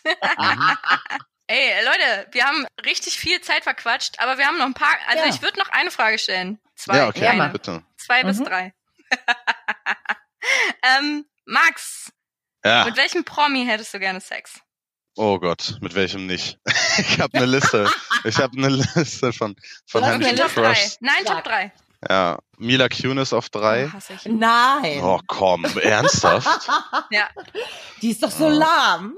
[SPEAKER 2] Ey, äh, Leute, wir haben richtig viel Zeit verquatscht, aber wir haben noch ein paar. Also
[SPEAKER 1] Ja.
[SPEAKER 2] ich würde noch eine Frage stellen. Zwei,
[SPEAKER 3] ja, okay,
[SPEAKER 1] Ja,
[SPEAKER 2] eine.
[SPEAKER 1] Mann.
[SPEAKER 3] bitte.
[SPEAKER 2] Zwei bis
[SPEAKER 1] Mhm.
[SPEAKER 2] drei. ähm, Max,
[SPEAKER 3] Ja.
[SPEAKER 2] mit welchem Promi hättest du gerne Sex?
[SPEAKER 3] Oh Gott, mit welchem nicht? Ich habe eine Liste. Ich habe eine Liste von
[SPEAKER 1] Du
[SPEAKER 3] von
[SPEAKER 1] hast
[SPEAKER 3] Heimlichen
[SPEAKER 1] eine
[SPEAKER 2] Top
[SPEAKER 1] Liste?
[SPEAKER 2] drei.
[SPEAKER 3] Crushs.
[SPEAKER 2] Nein,
[SPEAKER 1] Sag.
[SPEAKER 2] Top drei.
[SPEAKER 3] Ja, Mila Kunis auf
[SPEAKER 2] Oh,
[SPEAKER 3] drei.
[SPEAKER 2] hasse ich.
[SPEAKER 1] Nein.
[SPEAKER 3] Oh komm, ernsthaft?
[SPEAKER 2] Ja.
[SPEAKER 1] Die ist doch so
[SPEAKER 3] Oh.
[SPEAKER 1] lahm.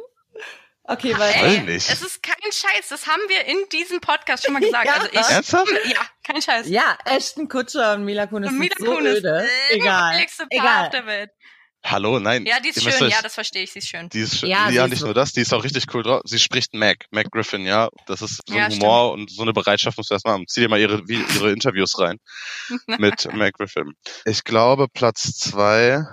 [SPEAKER 1] Okay, weil
[SPEAKER 3] Ey.
[SPEAKER 2] Ey,
[SPEAKER 3] nicht.
[SPEAKER 2] es ist kein Scheiß. Das haben wir in diesem Podcast schon mal gesagt.
[SPEAKER 1] Ja.
[SPEAKER 2] Also ich,
[SPEAKER 3] Ernsthaft?
[SPEAKER 2] ja, kein Scheiß.
[SPEAKER 1] ja, Ashton Kutscher und Mila Kunis
[SPEAKER 2] Und
[SPEAKER 1] sind
[SPEAKER 2] Mila
[SPEAKER 1] so
[SPEAKER 2] Kunis.
[SPEAKER 1] öde.
[SPEAKER 2] äh,
[SPEAKER 1] Egal.
[SPEAKER 2] langweiligste Paar auf
[SPEAKER 1] Egal.
[SPEAKER 2] der Welt.
[SPEAKER 3] Hallo, nein.
[SPEAKER 2] Ja, die ist
[SPEAKER 3] ihr müsst
[SPEAKER 2] schön.
[SPEAKER 3] euch-
[SPEAKER 2] Ja, das verstehe ich. Sie ist schön.
[SPEAKER 3] die ist schön.
[SPEAKER 1] Ja,
[SPEAKER 3] Ja,
[SPEAKER 1] sie ist
[SPEAKER 3] nicht
[SPEAKER 1] so-
[SPEAKER 3] nur das, die ist auch richtig cool drauf. Sie spricht Mac, Mac Griffin, ja. Das ist so
[SPEAKER 2] Ja,
[SPEAKER 3] ein Humor und so eine Bereitschaft musst du erst mal haben. Zieh dir mal ihre, wie, ihre Interviews rein mit Mac Griffin. Ich glaube, Platz zwei.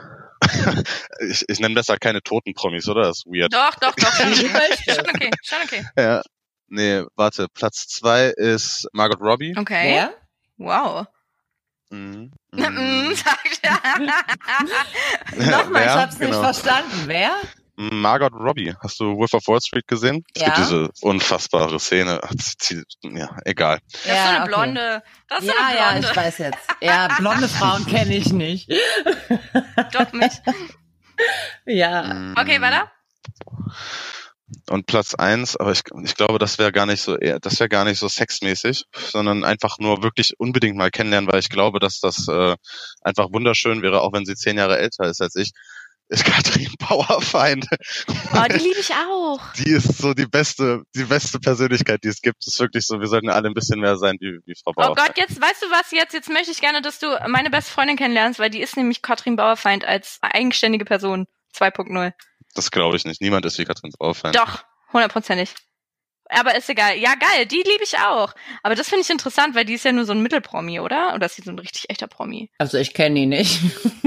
[SPEAKER 3] ich ich nenne besser keine toten Promis, oder? Das ist weird.
[SPEAKER 2] Doch, doch, doch. Schon
[SPEAKER 1] Wie du
[SPEAKER 2] okay.
[SPEAKER 1] möchtest.
[SPEAKER 2] Schon okay. Schon okay.
[SPEAKER 3] Ja. Nee, warte. Platz zwei ist Margot Robbie.
[SPEAKER 2] Okay.
[SPEAKER 1] Wer? Oh.
[SPEAKER 2] Wow.
[SPEAKER 3] Mhm.
[SPEAKER 2] Mhm,
[SPEAKER 3] Mhm.
[SPEAKER 2] sagt er.
[SPEAKER 1] Nochmal, ich
[SPEAKER 3] Ja,
[SPEAKER 1] hab's
[SPEAKER 3] genau. Mm,
[SPEAKER 1] nicht verstanden. Wer?
[SPEAKER 3] Margot Robbie. Hast du Wolf of Wall Street gesehen? Es gibt
[SPEAKER 1] Ja.
[SPEAKER 3] diese unfassbare Szene. Ach, sie- sie- Ja, egal.
[SPEAKER 2] Das ist so eine Blonde. Das ist
[SPEAKER 1] Ja,
[SPEAKER 2] so eine
[SPEAKER 1] ja,
[SPEAKER 2] Blonde.
[SPEAKER 1] ich weiß jetzt. Ja, blonde Frauen kenne ich nicht.
[SPEAKER 2] Doch mich.
[SPEAKER 1] Ja.
[SPEAKER 3] Mhm.
[SPEAKER 1] Äh,
[SPEAKER 2] Okay, weiter.
[SPEAKER 3] Mm. und Platz eins, aber ich, ich glaube, das wäre gar nicht so, eher- das wäre gar nicht so sexmäßig, sondern einfach nur wirklich unbedingt mal kennenlernen, weil ich glaube, dass das äh, einfach wunderschön wäre, auch wenn sie zehn Jahre älter ist als ich. Ist Katrin Bauerfeind.
[SPEAKER 2] Oh, die liebe ich auch.
[SPEAKER 3] Die ist so die beste, die beste Persönlichkeit, die es gibt. Ist wirklich so, wir sollten alle ein bisschen mehr sein wie, wie Frau
[SPEAKER 2] Oh
[SPEAKER 3] Bauerfeind.
[SPEAKER 2] Gott, jetzt weißt du was jetzt? Jetzt möchte ich gerne, dass du meine beste Freundin kennenlernst, weil die ist nämlich Katrin Bauerfeind als eigenständige Person 2.0.
[SPEAKER 3] Das glaube ich nicht. Niemand ist wie Katrin Bauerfeind.
[SPEAKER 2] Doch, hundertprozentig. Aber ist egal. Ja, geil, die liebe ich auch. Aber das finde ich interessant, weil die ist ja nur so ein Mittelpromi, oder? Oder ist sie so ein richtig echter Promi?
[SPEAKER 1] Also ich kenne ihn nicht.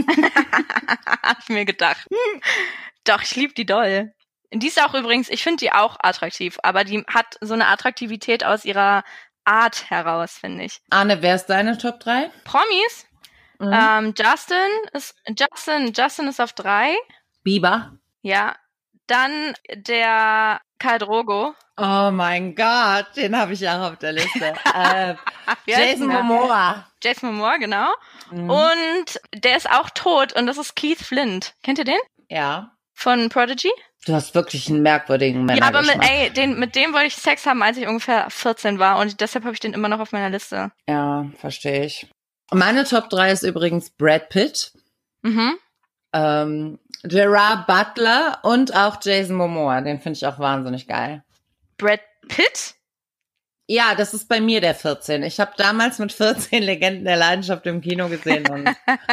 [SPEAKER 2] Hab ich mir gedacht. Hm. Doch, ich liebe die doll. Die ist auch übrigens, ich finde die auch attraktiv, aber die hat so eine Attraktivität aus ihrer Art heraus, finde ich.
[SPEAKER 1] Arne, wer ist deine Top 3?
[SPEAKER 2] Promis,
[SPEAKER 1] Mhm.
[SPEAKER 2] ähm, Justin ist, Justin, Justin ist auf drei.
[SPEAKER 1] Bieber.
[SPEAKER 2] Ja, dann der Karl Drogo.
[SPEAKER 1] Oh mein Gott, den habe ich auch auf der Liste. äh,
[SPEAKER 2] Ach, wie heißt
[SPEAKER 1] Jason
[SPEAKER 2] denn der?
[SPEAKER 1] Momoa.
[SPEAKER 2] Jason Momoa, genau.
[SPEAKER 1] Mhm.
[SPEAKER 2] Und der ist auch tot und das ist Keith Flint. Kennt ihr den?
[SPEAKER 1] ja.
[SPEAKER 2] Von Prodigy?
[SPEAKER 1] Du hast wirklich einen merkwürdigen Männer.
[SPEAKER 2] ja, aber mit, ey, den, mit dem wollte ich Sex haben, als ich ungefähr 14 war und deshalb habe ich den immer noch auf meiner Liste.
[SPEAKER 1] Ja, verstehe ich. Meine Top 3 ist übrigens Brad Pitt,
[SPEAKER 2] Mhm.
[SPEAKER 1] ähm, Gerard Butler und auch Jason Momoa. Den finde ich auch wahnsinnig geil.
[SPEAKER 2] Brad Pitt?
[SPEAKER 1] Ja, das ist bei mir der 14. Ich habe damals mit 14 Legenden der Leidenschaft im Kino gesehen und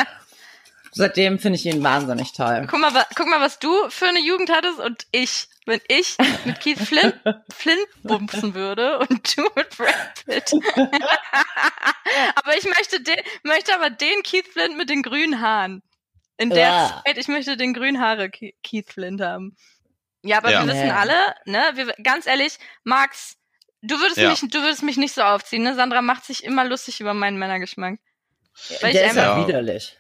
[SPEAKER 1] seitdem finde ich ihn wahnsinnig toll.
[SPEAKER 2] Guck mal, wa- guck mal, was du für eine Jugend hattest und ich, wenn ich mit Keith Flint, Flint bumsen würde und du mit Brad Pitt. aber ich möchte den, möchte aber den Keith Flint mit den grünen Haaren. In der
[SPEAKER 1] Ja.
[SPEAKER 2] Zeit, ich möchte den grünen Haare Ke- Keith Flint haben. Ja, aber
[SPEAKER 3] Ja.
[SPEAKER 2] wir wissen
[SPEAKER 1] Ja.
[SPEAKER 2] alle, ne, wir, ganz ehrlich, Max, du würdest
[SPEAKER 3] Ja.
[SPEAKER 2] mich, du würdest mich nicht so aufziehen, ne? Sandra macht sich immer lustig über meinen Männergeschmack. Weil ich
[SPEAKER 1] Der ist ja
[SPEAKER 3] einfach-
[SPEAKER 1] widerlich.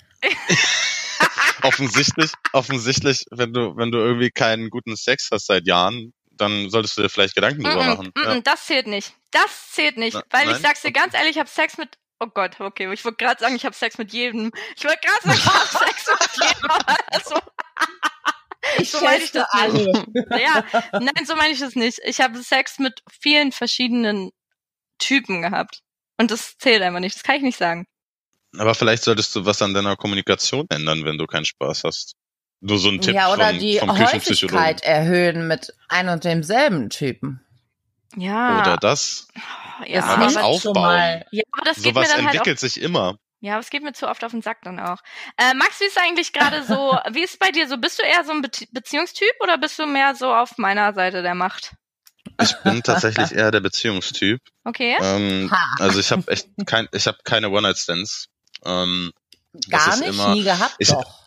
[SPEAKER 3] offensichtlich, offensichtlich, wenn du, wenn du irgendwie keinen guten Sex hast seit Jahren, dann solltest du dir vielleicht Gedanken drüber
[SPEAKER 2] Mm-mm,
[SPEAKER 3] machen.
[SPEAKER 2] mm-mm,
[SPEAKER 3] Ja.
[SPEAKER 2] Das zählt nicht. Das zählt nicht.
[SPEAKER 3] Na-
[SPEAKER 2] weil ich
[SPEAKER 3] nein?
[SPEAKER 2] sag's dir ganz ehrlich, ich hab Sex mit. Oh Gott, okay, ich wollte gerade sagen, ich hab Sex mit jedem. Ich wollte gerade sagen, ich hab Sex mit jedem. aber so,
[SPEAKER 1] Ich
[SPEAKER 2] so meine ich
[SPEAKER 1] teste
[SPEAKER 2] das nicht. Ja, nein, so meine ich das nicht. Ich habe Sex mit vielen verschiedenen Typen gehabt. Und das zählt einfach nicht. Das kann ich nicht sagen.
[SPEAKER 3] Aber vielleicht solltest du was an deiner Kommunikation ändern, wenn du keinen Spaß hast. Nur so ein Tipp
[SPEAKER 1] Ja, oder
[SPEAKER 3] vom,
[SPEAKER 1] die
[SPEAKER 3] vom Küchenpsychologen.
[SPEAKER 1] Häufigkeit erhöhen mit ein und demselben Typen.
[SPEAKER 2] Ja.
[SPEAKER 3] Oder das.
[SPEAKER 2] ja,
[SPEAKER 3] mal was
[SPEAKER 1] hilft
[SPEAKER 2] aber,
[SPEAKER 3] auf-
[SPEAKER 1] schon
[SPEAKER 3] aufbauen.
[SPEAKER 1] mal.
[SPEAKER 2] ja, aber das geht mir
[SPEAKER 3] Sowas
[SPEAKER 2] dann halt auch
[SPEAKER 3] entwickelt sich immer.
[SPEAKER 2] Ja, aber es geht mir zu oft auf den Sack dann auch. Äh, Max, wie ist eigentlich gerade so, wie ist es bei dir so? Bist du eher so ein Be Beziehungstyp oder bist du mehr so auf meiner Seite der Macht?
[SPEAKER 3] Ich bin tatsächlich eher der Beziehungstyp.
[SPEAKER 2] Okay.
[SPEAKER 3] Ähm,
[SPEAKER 1] Ha.
[SPEAKER 3] also ich habe echt kein, ich habe keine One-Night-Stands. Ähm, das
[SPEAKER 1] Gar
[SPEAKER 3] ist
[SPEAKER 1] nicht,
[SPEAKER 3] immer-
[SPEAKER 1] nie gehabt,
[SPEAKER 3] ich-
[SPEAKER 1] doch.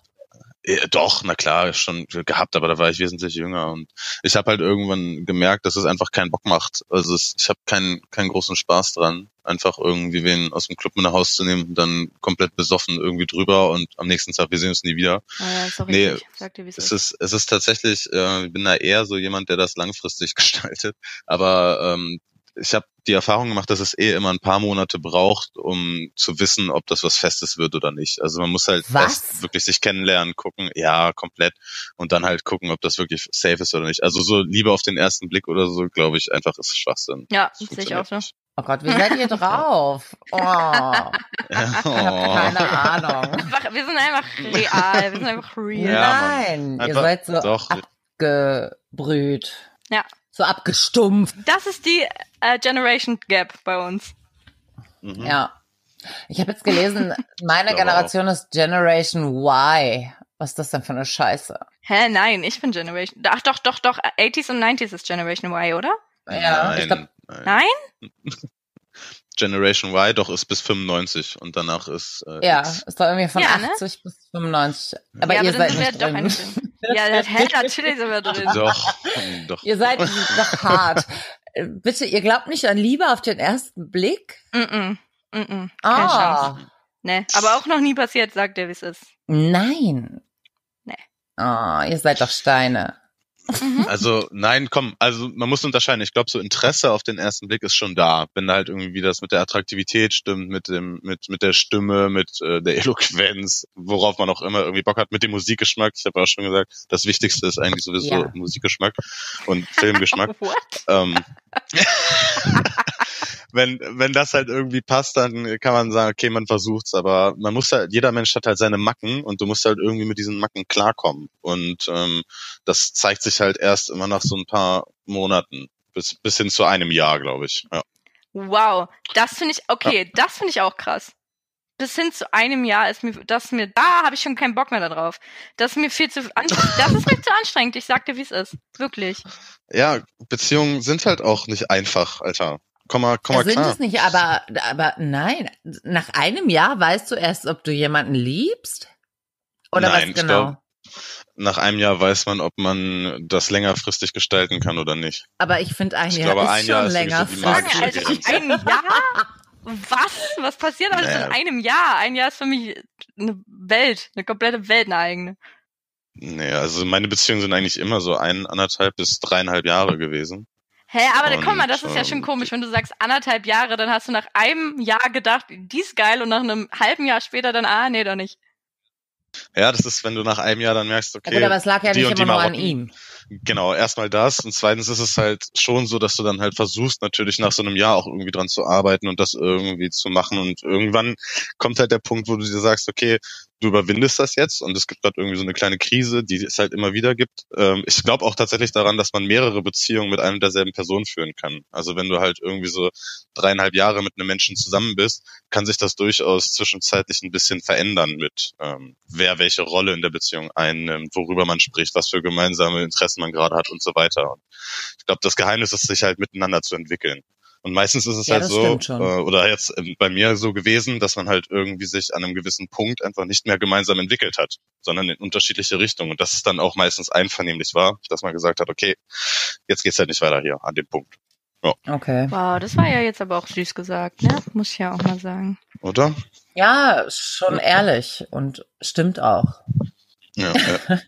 [SPEAKER 3] Ja, Doch, na klar, schon gehabt, aber da war ich wesentlich jünger und ich habe halt irgendwann gemerkt, dass es einfach keinen Bock macht. Also es, ich habe keinen keinen großen Spaß dran, einfach irgendwie wen aus dem Club mit nach Hause zu nehmen, dann komplett besoffen irgendwie drüber und am nächsten Tag wir sehen uns nie wieder.
[SPEAKER 2] Ah ja, ist doch
[SPEAKER 3] nee,
[SPEAKER 2] richtig. Sag dir, wie es
[SPEAKER 3] Es
[SPEAKER 1] Also
[SPEAKER 2] ist.
[SPEAKER 3] ist es ist tatsächlich, äh, ich bin da eher so jemand, der das langfristig gestaltet, aber ähm, ich habe die Erfahrung gemacht, dass es eh immer ein paar Monate braucht, um zu wissen, ob das was Festes wird oder nicht. Also man muss halt
[SPEAKER 1] Was?
[SPEAKER 3] erst wirklich sich kennenlernen, gucken, ja, komplett, und dann halt gucken, ob das wirklich safe ist oder nicht. Also so Liebe auf den ersten Blick oder so, glaube ich, einfach ist Schwachsinn.
[SPEAKER 2] Ja, das
[SPEAKER 3] Das
[SPEAKER 2] sehe ich auch ne? so.
[SPEAKER 3] funktioniert
[SPEAKER 1] Oh Gott, wie seid ihr drauf? Oh, ich habe
[SPEAKER 3] nicht.
[SPEAKER 1] keine
[SPEAKER 3] Ja,
[SPEAKER 1] Ahnung.
[SPEAKER 2] Einfach, wir sind einfach real. Wir sind einfach real.
[SPEAKER 3] Ja.
[SPEAKER 1] Nein, ihr
[SPEAKER 3] Einfach-
[SPEAKER 1] seid so
[SPEAKER 3] doch.
[SPEAKER 1] abgebrüht.
[SPEAKER 2] Ja.
[SPEAKER 1] So abgestumpft,
[SPEAKER 2] Das ist die äh, Generation Gap bei uns.
[SPEAKER 3] mhm.
[SPEAKER 1] ja. Ich habe jetzt gelesen, meine
[SPEAKER 3] Ich glaube
[SPEAKER 1] Generation ist Generation Y. Was ist das denn für eine Scheiße?
[SPEAKER 2] Hä, nein, ich bin Generation. Ach doch, doch, doch. 80s und 90s ist Generation Y, oder?
[SPEAKER 1] Ja, ich
[SPEAKER 3] nein,
[SPEAKER 1] glaub-
[SPEAKER 3] nein.
[SPEAKER 2] Nein?
[SPEAKER 3] Generation Y doch ist bis 95 und danach ist äh,
[SPEAKER 1] Ja,
[SPEAKER 3] X.
[SPEAKER 1] ist doch irgendwie von
[SPEAKER 2] Ja, ne?
[SPEAKER 1] 80 bis 95.
[SPEAKER 3] Hm.
[SPEAKER 1] Aber
[SPEAKER 2] ja,
[SPEAKER 1] ihr
[SPEAKER 2] aber dann
[SPEAKER 1] seid
[SPEAKER 2] sind wir
[SPEAKER 1] nicht
[SPEAKER 2] doch
[SPEAKER 1] drin.
[SPEAKER 2] eigentlich drin. Ja, das hält natürlich sind wir drin.
[SPEAKER 3] Doch, doch.
[SPEAKER 1] Ihr seid doch hart. Äh, Bitte, ihr glaubt nicht an Liebe auf den ersten Blick?
[SPEAKER 2] Mm-mm. Mm-mm. Keine Chance.
[SPEAKER 1] Ah,
[SPEAKER 2] Nee, mm, Ne, aber auch noch nie passiert, sagt er, wie es ist.
[SPEAKER 1] nein.
[SPEAKER 2] Nee.
[SPEAKER 1] Ah, ihr seid doch Steine.
[SPEAKER 2] Mhm.
[SPEAKER 3] Also nein, komm, also man muss unterscheiden. Ich glaube, so Interesse auf den ersten Blick ist schon da, wenn da halt irgendwie das mit der Attraktivität stimmt, mit dem, mit mit der Stimme, mit äh, der Eloquenz, worauf man auch immer irgendwie Bock hat, mit dem Musikgeschmack. Ich habe ja auch schon gesagt, das Wichtigste ist eigentlich sowieso
[SPEAKER 1] Ja.
[SPEAKER 3] Musikgeschmack und Filmgeschmack.
[SPEAKER 2] What?
[SPEAKER 3] ähm, wenn wenn das halt irgendwie passt, dann kann man sagen, okay, man versucht's, aber man muss halt, jeder Mensch hat halt seine Macken und du musst halt irgendwie mit diesen Macken klarkommen und ähm, das zeigt sich halt erst immer nach so ein paar Monaten. Bis, bis hin zu einem Jahr, glaube ich. Ja.
[SPEAKER 2] Wow, das finde ich, okay, das finde ich auch krass. Bis hin zu einem Jahr ist mir, das mir, da habe ich schon keinen Bock mehr darauf. Das ist mir viel zu, an- das ist mir zu anstrengend. Ich sag dir, wie es ist. Wirklich.
[SPEAKER 3] ja, Beziehungen sind halt auch nicht einfach, Alter. Komm mal, komm mal
[SPEAKER 1] sind
[SPEAKER 3] klar.
[SPEAKER 1] es nicht, aber, aber nein. Nach einem Jahr weißt du erst, ob du jemanden liebst? Oder
[SPEAKER 3] Nein, ich
[SPEAKER 1] was genau?
[SPEAKER 3] glaub- Nach einem Jahr weiß man, ob man das längerfristig gestalten kann oder nicht.
[SPEAKER 1] aber ich finde ein
[SPEAKER 3] Ich
[SPEAKER 1] Jahr
[SPEAKER 3] glaube,
[SPEAKER 1] ist
[SPEAKER 3] ein
[SPEAKER 1] schon
[SPEAKER 3] Jahr ist
[SPEAKER 1] länger.
[SPEAKER 3] sowieso die
[SPEAKER 2] Sagen,
[SPEAKER 3] Magische
[SPEAKER 2] Alter,
[SPEAKER 3] Grenze.
[SPEAKER 2] ein Jahr? Was? Was passiert alles in
[SPEAKER 3] Naja.
[SPEAKER 2] einem Jahr? Ein Jahr ist für mich eine Welt, eine komplette Welt, eine eigene.
[SPEAKER 3] Nee, also meine Beziehungen sind eigentlich immer so ein, anderthalb bis dreieinhalb Jahre gewesen.
[SPEAKER 2] Hä, aber da, guck mal,
[SPEAKER 3] Und,
[SPEAKER 2] das ist ja schon
[SPEAKER 3] ähm,
[SPEAKER 2] komisch, wenn du sagst anderthalb Jahre, dann hast du nach einem Jahr gedacht, die ist geil und nach einem halben Jahr später dann, ah, nee, doch nicht.
[SPEAKER 3] Ja, das ist, wenn du nach einem Jahr dann merkst,
[SPEAKER 1] Ja
[SPEAKER 3] okay,
[SPEAKER 1] gut, aber es lag ja
[SPEAKER 3] die
[SPEAKER 1] nicht
[SPEAKER 3] und die
[SPEAKER 1] immer nur an
[SPEAKER 3] Marotten.
[SPEAKER 1] ihm.
[SPEAKER 3] genau, erstmal das und zweitens ist es halt schon so, dass du dann halt versuchst, natürlich nach so einem Jahr auch irgendwie dran zu arbeiten und das irgendwie zu machen und irgendwann kommt halt der Punkt, wo du dir sagst, okay, du überwindest das jetzt und es gibt gerade irgendwie so eine kleine Krise, die es halt immer wieder gibt. Ähm, ich glaube auch tatsächlich daran, dass man mehrere Beziehungen mit einem und derselben Person führen kann. Also wenn du halt irgendwie so dreieinhalb Jahre mit einem Menschen zusammen bist, kann sich das durchaus zwischenzeitlich ein bisschen verändern mit, ähm, wer welche Rolle in der Beziehung einnimmt, worüber man spricht, was für gemeinsame Interessen man gerade hat und so weiter. Und ich glaube, das Geheimnis ist, sich halt miteinander zu entwickeln. Und meistens ist es
[SPEAKER 1] Ja,
[SPEAKER 3] halt
[SPEAKER 1] das
[SPEAKER 3] so,
[SPEAKER 1] stimmt
[SPEAKER 3] äh,
[SPEAKER 1] schon.
[SPEAKER 3] oder jetzt ähm, bei mir so gewesen, dass man halt irgendwie sich an einem gewissen Punkt einfach nicht mehr gemeinsam entwickelt hat, sondern in unterschiedliche Richtungen. Und dass es dann auch meistens einvernehmlich war, dass man gesagt hat, okay, jetzt geht's halt nicht weiter hier an dem Punkt,
[SPEAKER 1] Okay.
[SPEAKER 2] Wow, das war ja jetzt aber auch süß gesagt, ne? Muss ich ja auch mal sagen.
[SPEAKER 3] oder?
[SPEAKER 1] Ja, schon ehrlich und stimmt auch.
[SPEAKER 3] Ja, ja.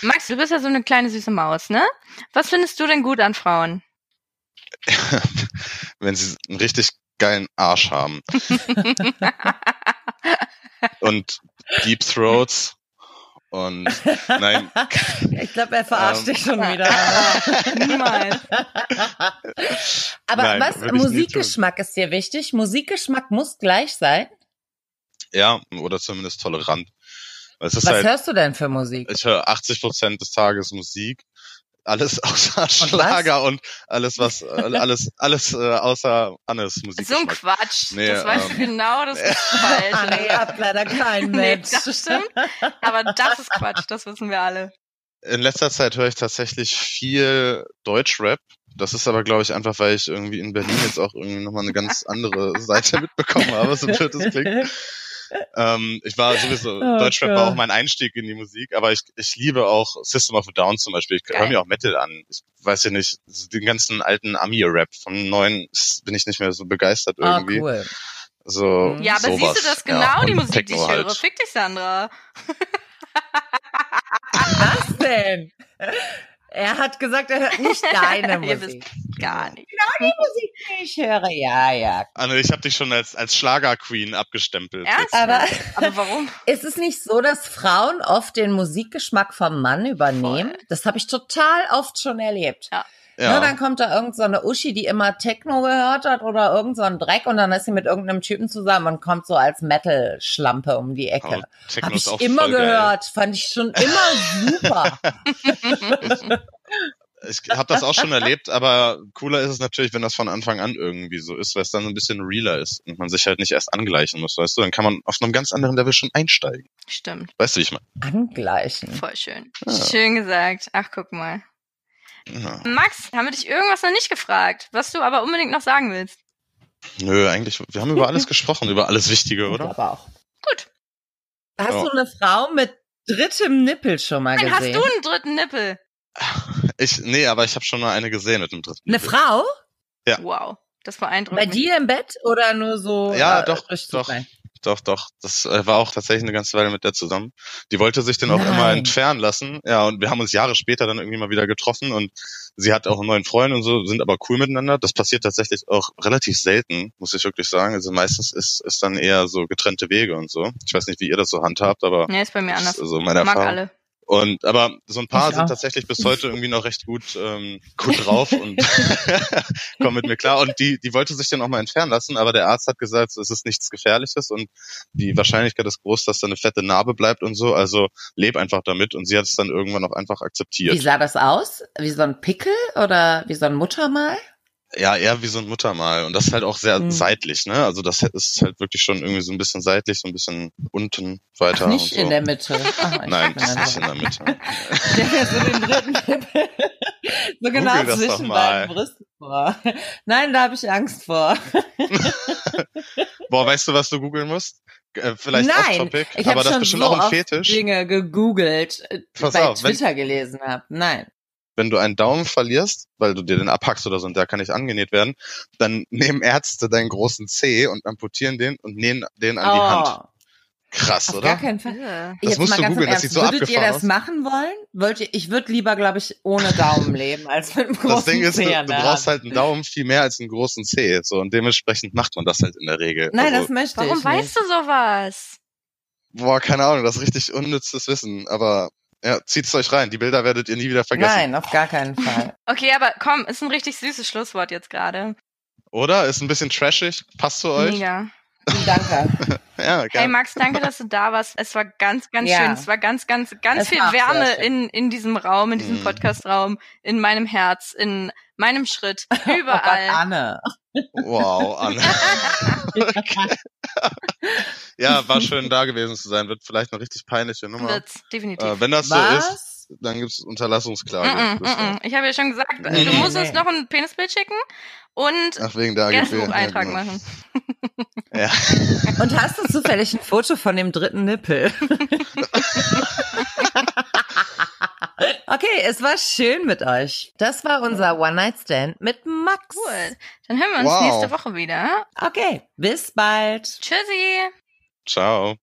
[SPEAKER 2] Max, du bist ja so eine kleine süße Maus, ne? Was findest du denn gut an Frauen?
[SPEAKER 3] wenn sie einen richtig geilen Arsch haben. und Deep Throats und nein,
[SPEAKER 1] Ich glaube, er verarscht
[SPEAKER 3] Ähm.
[SPEAKER 1] dich schon wieder. aber-
[SPEAKER 2] Niemals.
[SPEAKER 1] Aber
[SPEAKER 3] Nein,
[SPEAKER 1] was?
[SPEAKER 3] würde ich nie tun.
[SPEAKER 1] Musikgeschmack ist dir wichtig. Musikgeschmack muss gleich sein.
[SPEAKER 3] ja, oder zumindest tolerant. Es ist
[SPEAKER 1] Was
[SPEAKER 3] halt,
[SPEAKER 1] hörst du denn für Musik?
[SPEAKER 3] ich höre 80 Prozent des Tages Musik, alles außer Schlager und, alles was, äh, alles, alles äh, außer Annes Musik.
[SPEAKER 2] So ein Quatsch.
[SPEAKER 3] Nee,
[SPEAKER 2] das weißt du
[SPEAKER 3] ähm,
[SPEAKER 2] genau, das ist
[SPEAKER 1] Ah,
[SPEAKER 2] falsch.
[SPEAKER 1] nee, ihr habt leider keinen
[SPEAKER 2] Nee,
[SPEAKER 1] Mensch.
[SPEAKER 2] das stimmt. Aber das ist Quatsch, das wissen wir alle.
[SPEAKER 3] In letzter Zeit höre ich tatsächlich viel Deutschrap. Das ist aber, glaube ich, einfach, weil ich irgendwie in Berlin jetzt auch irgendwie nochmal eine ganz andere Seite mitbekommen habe, so blöd das klingt. Ähm, ich war sowieso,
[SPEAKER 1] Oh
[SPEAKER 3] Deutschrap war
[SPEAKER 1] Gott.
[SPEAKER 3] auch mein Einstieg in die Musik, aber ich, ich liebe auch System of a Down zum Beispiel. Ich höre
[SPEAKER 2] Geil.
[SPEAKER 3] mir auch Metal an. Ich weiß ja nicht, den ganzen alten Ami-Rap von neuen ist- bin ich nicht mehr so begeistert
[SPEAKER 1] Ah,
[SPEAKER 3] irgendwie.
[SPEAKER 1] cool.
[SPEAKER 3] So,
[SPEAKER 2] Mhm. Ja, aber
[SPEAKER 3] sowas.
[SPEAKER 2] siehst du das genau,
[SPEAKER 3] Ja,
[SPEAKER 2] die
[SPEAKER 3] und
[SPEAKER 2] Musik, die
[SPEAKER 3] Techno
[SPEAKER 2] ich höre?
[SPEAKER 3] halt.
[SPEAKER 2] Fick dich, Sandra.
[SPEAKER 1] Was denn? Er hat gesagt, er hört nicht deine
[SPEAKER 2] Ihr
[SPEAKER 1] Musik.
[SPEAKER 2] Gar nicht.
[SPEAKER 1] Musik, die ich höre. Ja, ja.
[SPEAKER 3] Anne, Ah, ich habe dich schon als, als Schlager-Queen abgestempelt.
[SPEAKER 2] Ernst?
[SPEAKER 1] Aber
[SPEAKER 2] Aber warum?
[SPEAKER 1] ist es nicht so, dass Frauen oft den Musikgeschmack vom Mann übernehmen? Das habe ich total oft schon erlebt. Ja.
[SPEAKER 3] Ja.
[SPEAKER 1] dann kommt da irgend so eine Uschi, die immer Techno gehört hat oder irgend so ein Dreck und dann ist sie mit irgendeinem Typen zusammen und kommt so als Metal-Schlampe um die Ecke.
[SPEAKER 3] Oh, Techno
[SPEAKER 1] Hab
[SPEAKER 3] ist
[SPEAKER 1] ich
[SPEAKER 3] auch
[SPEAKER 1] immer
[SPEAKER 3] voll geil.
[SPEAKER 1] gehört, fand ich schon immer super.
[SPEAKER 3] Ich habe das auch schon erlebt, aber cooler ist es natürlich, wenn das von Anfang an irgendwie so ist, weil es dann so ein bisschen realer ist und man sich halt nicht erst angleichen muss, weißt du? Dann kann man auf einem ganz anderen Level schon einsteigen.
[SPEAKER 2] Stimmt,
[SPEAKER 3] Weißt du, wie ich meine?
[SPEAKER 1] Angleichen.
[SPEAKER 2] voll schön.
[SPEAKER 3] Ja.
[SPEAKER 2] Schön gesagt. Ach, guck mal.
[SPEAKER 3] Ja.
[SPEAKER 2] Max, haben wir dich irgendwas noch nicht gefragt, was du aber unbedingt noch sagen willst?
[SPEAKER 3] Nö, eigentlich, wir haben über alles gesprochen, über alles Wichtige,
[SPEAKER 1] Gut,
[SPEAKER 3] oder?
[SPEAKER 1] aber auch.
[SPEAKER 2] Gut.
[SPEAKER 1] Hast
[SPEAKER 3] Ja.
[SPEAKER 1] du eine Frau mit drittem Nippel schon mal
[SPEAKER 2] Nein, hast
[SPEAKER 1] gesehen?
[SPEAKER 2] du einen dritten Nippel?
[SPEAKER 3] Ich, nee, aber ich habe schon mal eine gesehen mit dem dritten.
[SPEAKER 1] eine Frau?
[SPEAKER 3] Ja.
[SPEAKER 2] Wow, das beeindruckt
[SPEAKER 1] Bei
[SPEAKER 2] mich.
[SPEAKER 1] dir im Bett oder nur so?
[SPEAKER 3] Mhm. Ja,
[SPEAKER 1] äh,
[SPEAKER 3] doch,
[SPEAKER 1] durch
[SPEAKER 3] doch.
[SPEAKER 1] Zufall?
[SPEAKER 3] doch, doch. Das äh, war auch tatsächlich eine ganze Weile mit der zusammen. Die wollte sich dann auch
[SPEAKER 1] Nein.
[SPEAKER 3] immer entfernen lassen. Ja, und wir haben uns Jahre später dann irgendwie mal wieder getroffen und sie hat auch einen neuen Freund und so, sind aber cool miteinander. Das passiert tatsächlich auch relativ selten, muss ich wirklich sagen. Also meistens ist, ist dann eher so getrennte Wege und so. Ich weiß nicht, wie ihr das so handhabt, aber
[SPEAKER 2] Nee, ist bei mir
[SPEAKER 3] das ist
[SPEAKER 2] anders.
[SPEAKER 3] so meine
[SPEAKER 2] Mag
[SPEAKER 3] Erfahrung.
[SPEAKER 2] alle.
[SPEAKER 3] Und aber so ein paar
[SPEAKER 1] Ich
[SPEAKER 3] sind
[SPEAKER 1] auch.
[SPEAKER 3] tatsächlich bis heute irgendwie noch recht gut ähm, gut drauf und kommen mit mir klar. Und die die wollte sich dann auch mal entfernen lassen, aber der Arzt hat gesagt, so, es ist nichts Gefährliches und die Wahrscheinlichkeit ist groß, dass da eine fette Narbe bleibt und so. Also leb einfach damit. Und sie hat es dann irgendwann auch einfach
[SPEAKER 1] Wie
[SPEAKER 3] akzeptiert.
[SPEAKER 1] sah das aus? Wie so ein Pickel oder wie so ein Muttermal?
[SPEAKER 3] Ja, eher wie so ein Muttermal und das ist halt auch sehr
[SPEAKER 1] Mhm.
[SPEAKER 3] seitlich. Ne, also das ist halt wirklich schon irgendwie so ein bisschen seitlich, so ein bisschen unten weiter.
[SPEAKER 1] Ach, nicht
[SPEAKER 3] und so.
[SPEAKER 1] in der Mitte. Ach, ich
[SPEAKER 3] Nein,
[SPEAKER 1] bin
[SPEAKER 3] das ist
[SPEAKER 1] dann
[SPEAKER 3] nicht in der Mitte.
[SPEAKER 1] Stell mir so den dritten Pippel so genau
[SPEAKER 3] Google das doch
[SPEAKER 1] zwischen
[SPEAKER 3] mal.
[SPEAKER 1] beiden Brüsten vor. Nein, da habe ich Angst vor.
[SPEAKER 3] Boah, weißt du, was du googeln musst? Äh, Vielleicht
[SPEAKER 1] Nein,
[SPEAKER 3] off-topic,
[SPEAKER 1] Ich
[SPEAKER 3] aber
[SPEAKER 1] habe
[SPEAKER 3] das
[SPEAKER 1] schon
[SPEAKER 3] ist bestimmt
[SPEAKER 1] so
[SPEAKER 3] auch ein
[SPEAKER 1] oft
[SPEAKER 3] Fetisch.
[SPEAKER 1] Dinge gegoogelt, äh, die ich
[SPEAKER 3] Pass
[SPEAKER 1] bei
[SPEAKER 3] auf, wenn-
[SPEAKER 1] Twitter gelesen habe. Nein.
[SPEAKER 3] Wenn du einen Daumen verlierst, weil du dir den abhackst oder so und der kann nicht angenäht werden, dann nehmen Ärzte deinen großen Zeh und amputieren den und nähen den an die Hand. Krass,
[SPEAKER 1] Oh, auf
[SPEAKER 3] oder?
[SPEAKER 1] gar keinen Fall.
[SPEAKER 3] Das musst du
[SPEAKER 1] ganz im
[SPEAKER 3] googeln,
[SPEAKER 1] Ernst,
[SPEAKER 3] das sieht so
[SPEAKER 1] Würdet ihr
[SPEAKER 3] abgefahren
[SPEAKER 1] das
[SPEAKER 3] aus.
[SPEAKER 1] machen wollen? Wollt ihr, ich würde lieber, glaube ich, ohne Daumen leben, als mit einem großen
[SPEAKER 3] das Ding ist, du,
[SPEAKER 1] Zeh an
[SPEAKER 3] du
[SPEAKER 1] der Hand.
[SPEAKER 3] brauchst halt einen Daumen viel mehr als einen großen Zeh. So, und dementsprechend macht man das halt in der Regel.
[SPEAKER 1] Nein,
[SPEAKER 3] also,
[SPEAKER 1] das möchte
[SPEAKER 2] Warum
[SPEAKER 1] ich
[SPEAKER 2] weißt du sowas?
[SPEAKER 3] boah, keine Ahnung, das ist richtig unnützes Wissen, aber ja, zieht's euch rein. Die Bilder werdet ihr nie wieder
[SPEAKER 1] nicht.
[SPEAKER 3] vergessen.
[SPEAKER 1] Nein, auf gar keinen Fall.
[SPEAKER 2] Okay, aber komm, ist ein richtig süßes Schlusswort jetzt gerade.
[SPEAKER 3] Oder? Ist ein bisschen trashig, passt zu euch.
[SPEAKER 2] Mega.
[SPEAKER 1] Vielen Dank.
[SPEAKER 3] Ja,
[SPEAKER 2] Hey
[SPEAKER 3] gerne.
[SPEAKER 2] Max, danke, dass du da warst. Es war ganz, ganz
[SPEAKER 1] Ja.
[SPEAKER 2] schön. Es war ganz, ganz, ganz
[SPEAKER 1] Es
[SPEAKER 2] viel
[SPEAKER 1] war auch sehr
[SPEAKER 2] Wärme
[SPEAKER 1] schön.
[SPEAKER 2] in, in diesem Raum, in diesem
[SPEAKER 3] Mhm.
[SPEAKER 2] Podcastraum, in meinem Herz, in meinem Schritt,
[SPEAKER 1] Oh Gott,
[SPEAKER 2] überall.
[SPEAKER 1] Anne.
[SPEAKER 3] Wow, Anne. Okay. ja, war schön da gewesen zu sein. Wird vielleicht eine richtig peinliche Nummer.
[SPEAKER 2] Wird's, definitiv.
[SPEAKER 3] Äh, wenn das so ist,
[SPEAKER 1] Was?
[SPEAKER 3] dann gibt's
[SPEAKER 2] Mm
[SPEAKER 3] Unterlassungsklage.
[SPEAKER 2] -mm, mm
[SPEAKER 3] Äh, Das-
[SPEAKER 2] -mm. Ich habe ja schon gesagt,
[SPEAKER 3] Nee,
[SPEAKER 2] du
[SPEAKER 3] nee,
[SPEAKER 2] musst uns
[SPEAKER 1] nee.
[SPEAKER 2] noch ein Penisbild schicken und
[SPEAKER 3] Ach, wegen der AGB.
[SPEAKER 2] Gästebucheintrag
[SPEAKER 3] ja, genau.
[SPEAKER 2] machen.
[SPEAKER 3] Ja.
[SPEAKER 1] Und hast du zufällig ein Foto von dem dritten Nippel? okay, es war schön mit euch. Das war unser One-Night-Stand mit Max.
[SPEAKER 2] Cool. Dann hören wir uns
[SPEAKER 3] Wow.
[SPEAKER 2] nächste Woche wieder.
[SPEAKER 1] Okay, bis bald.
[SPEAKER 2] Tschüssi.
[SPEAKER 3] Ciao.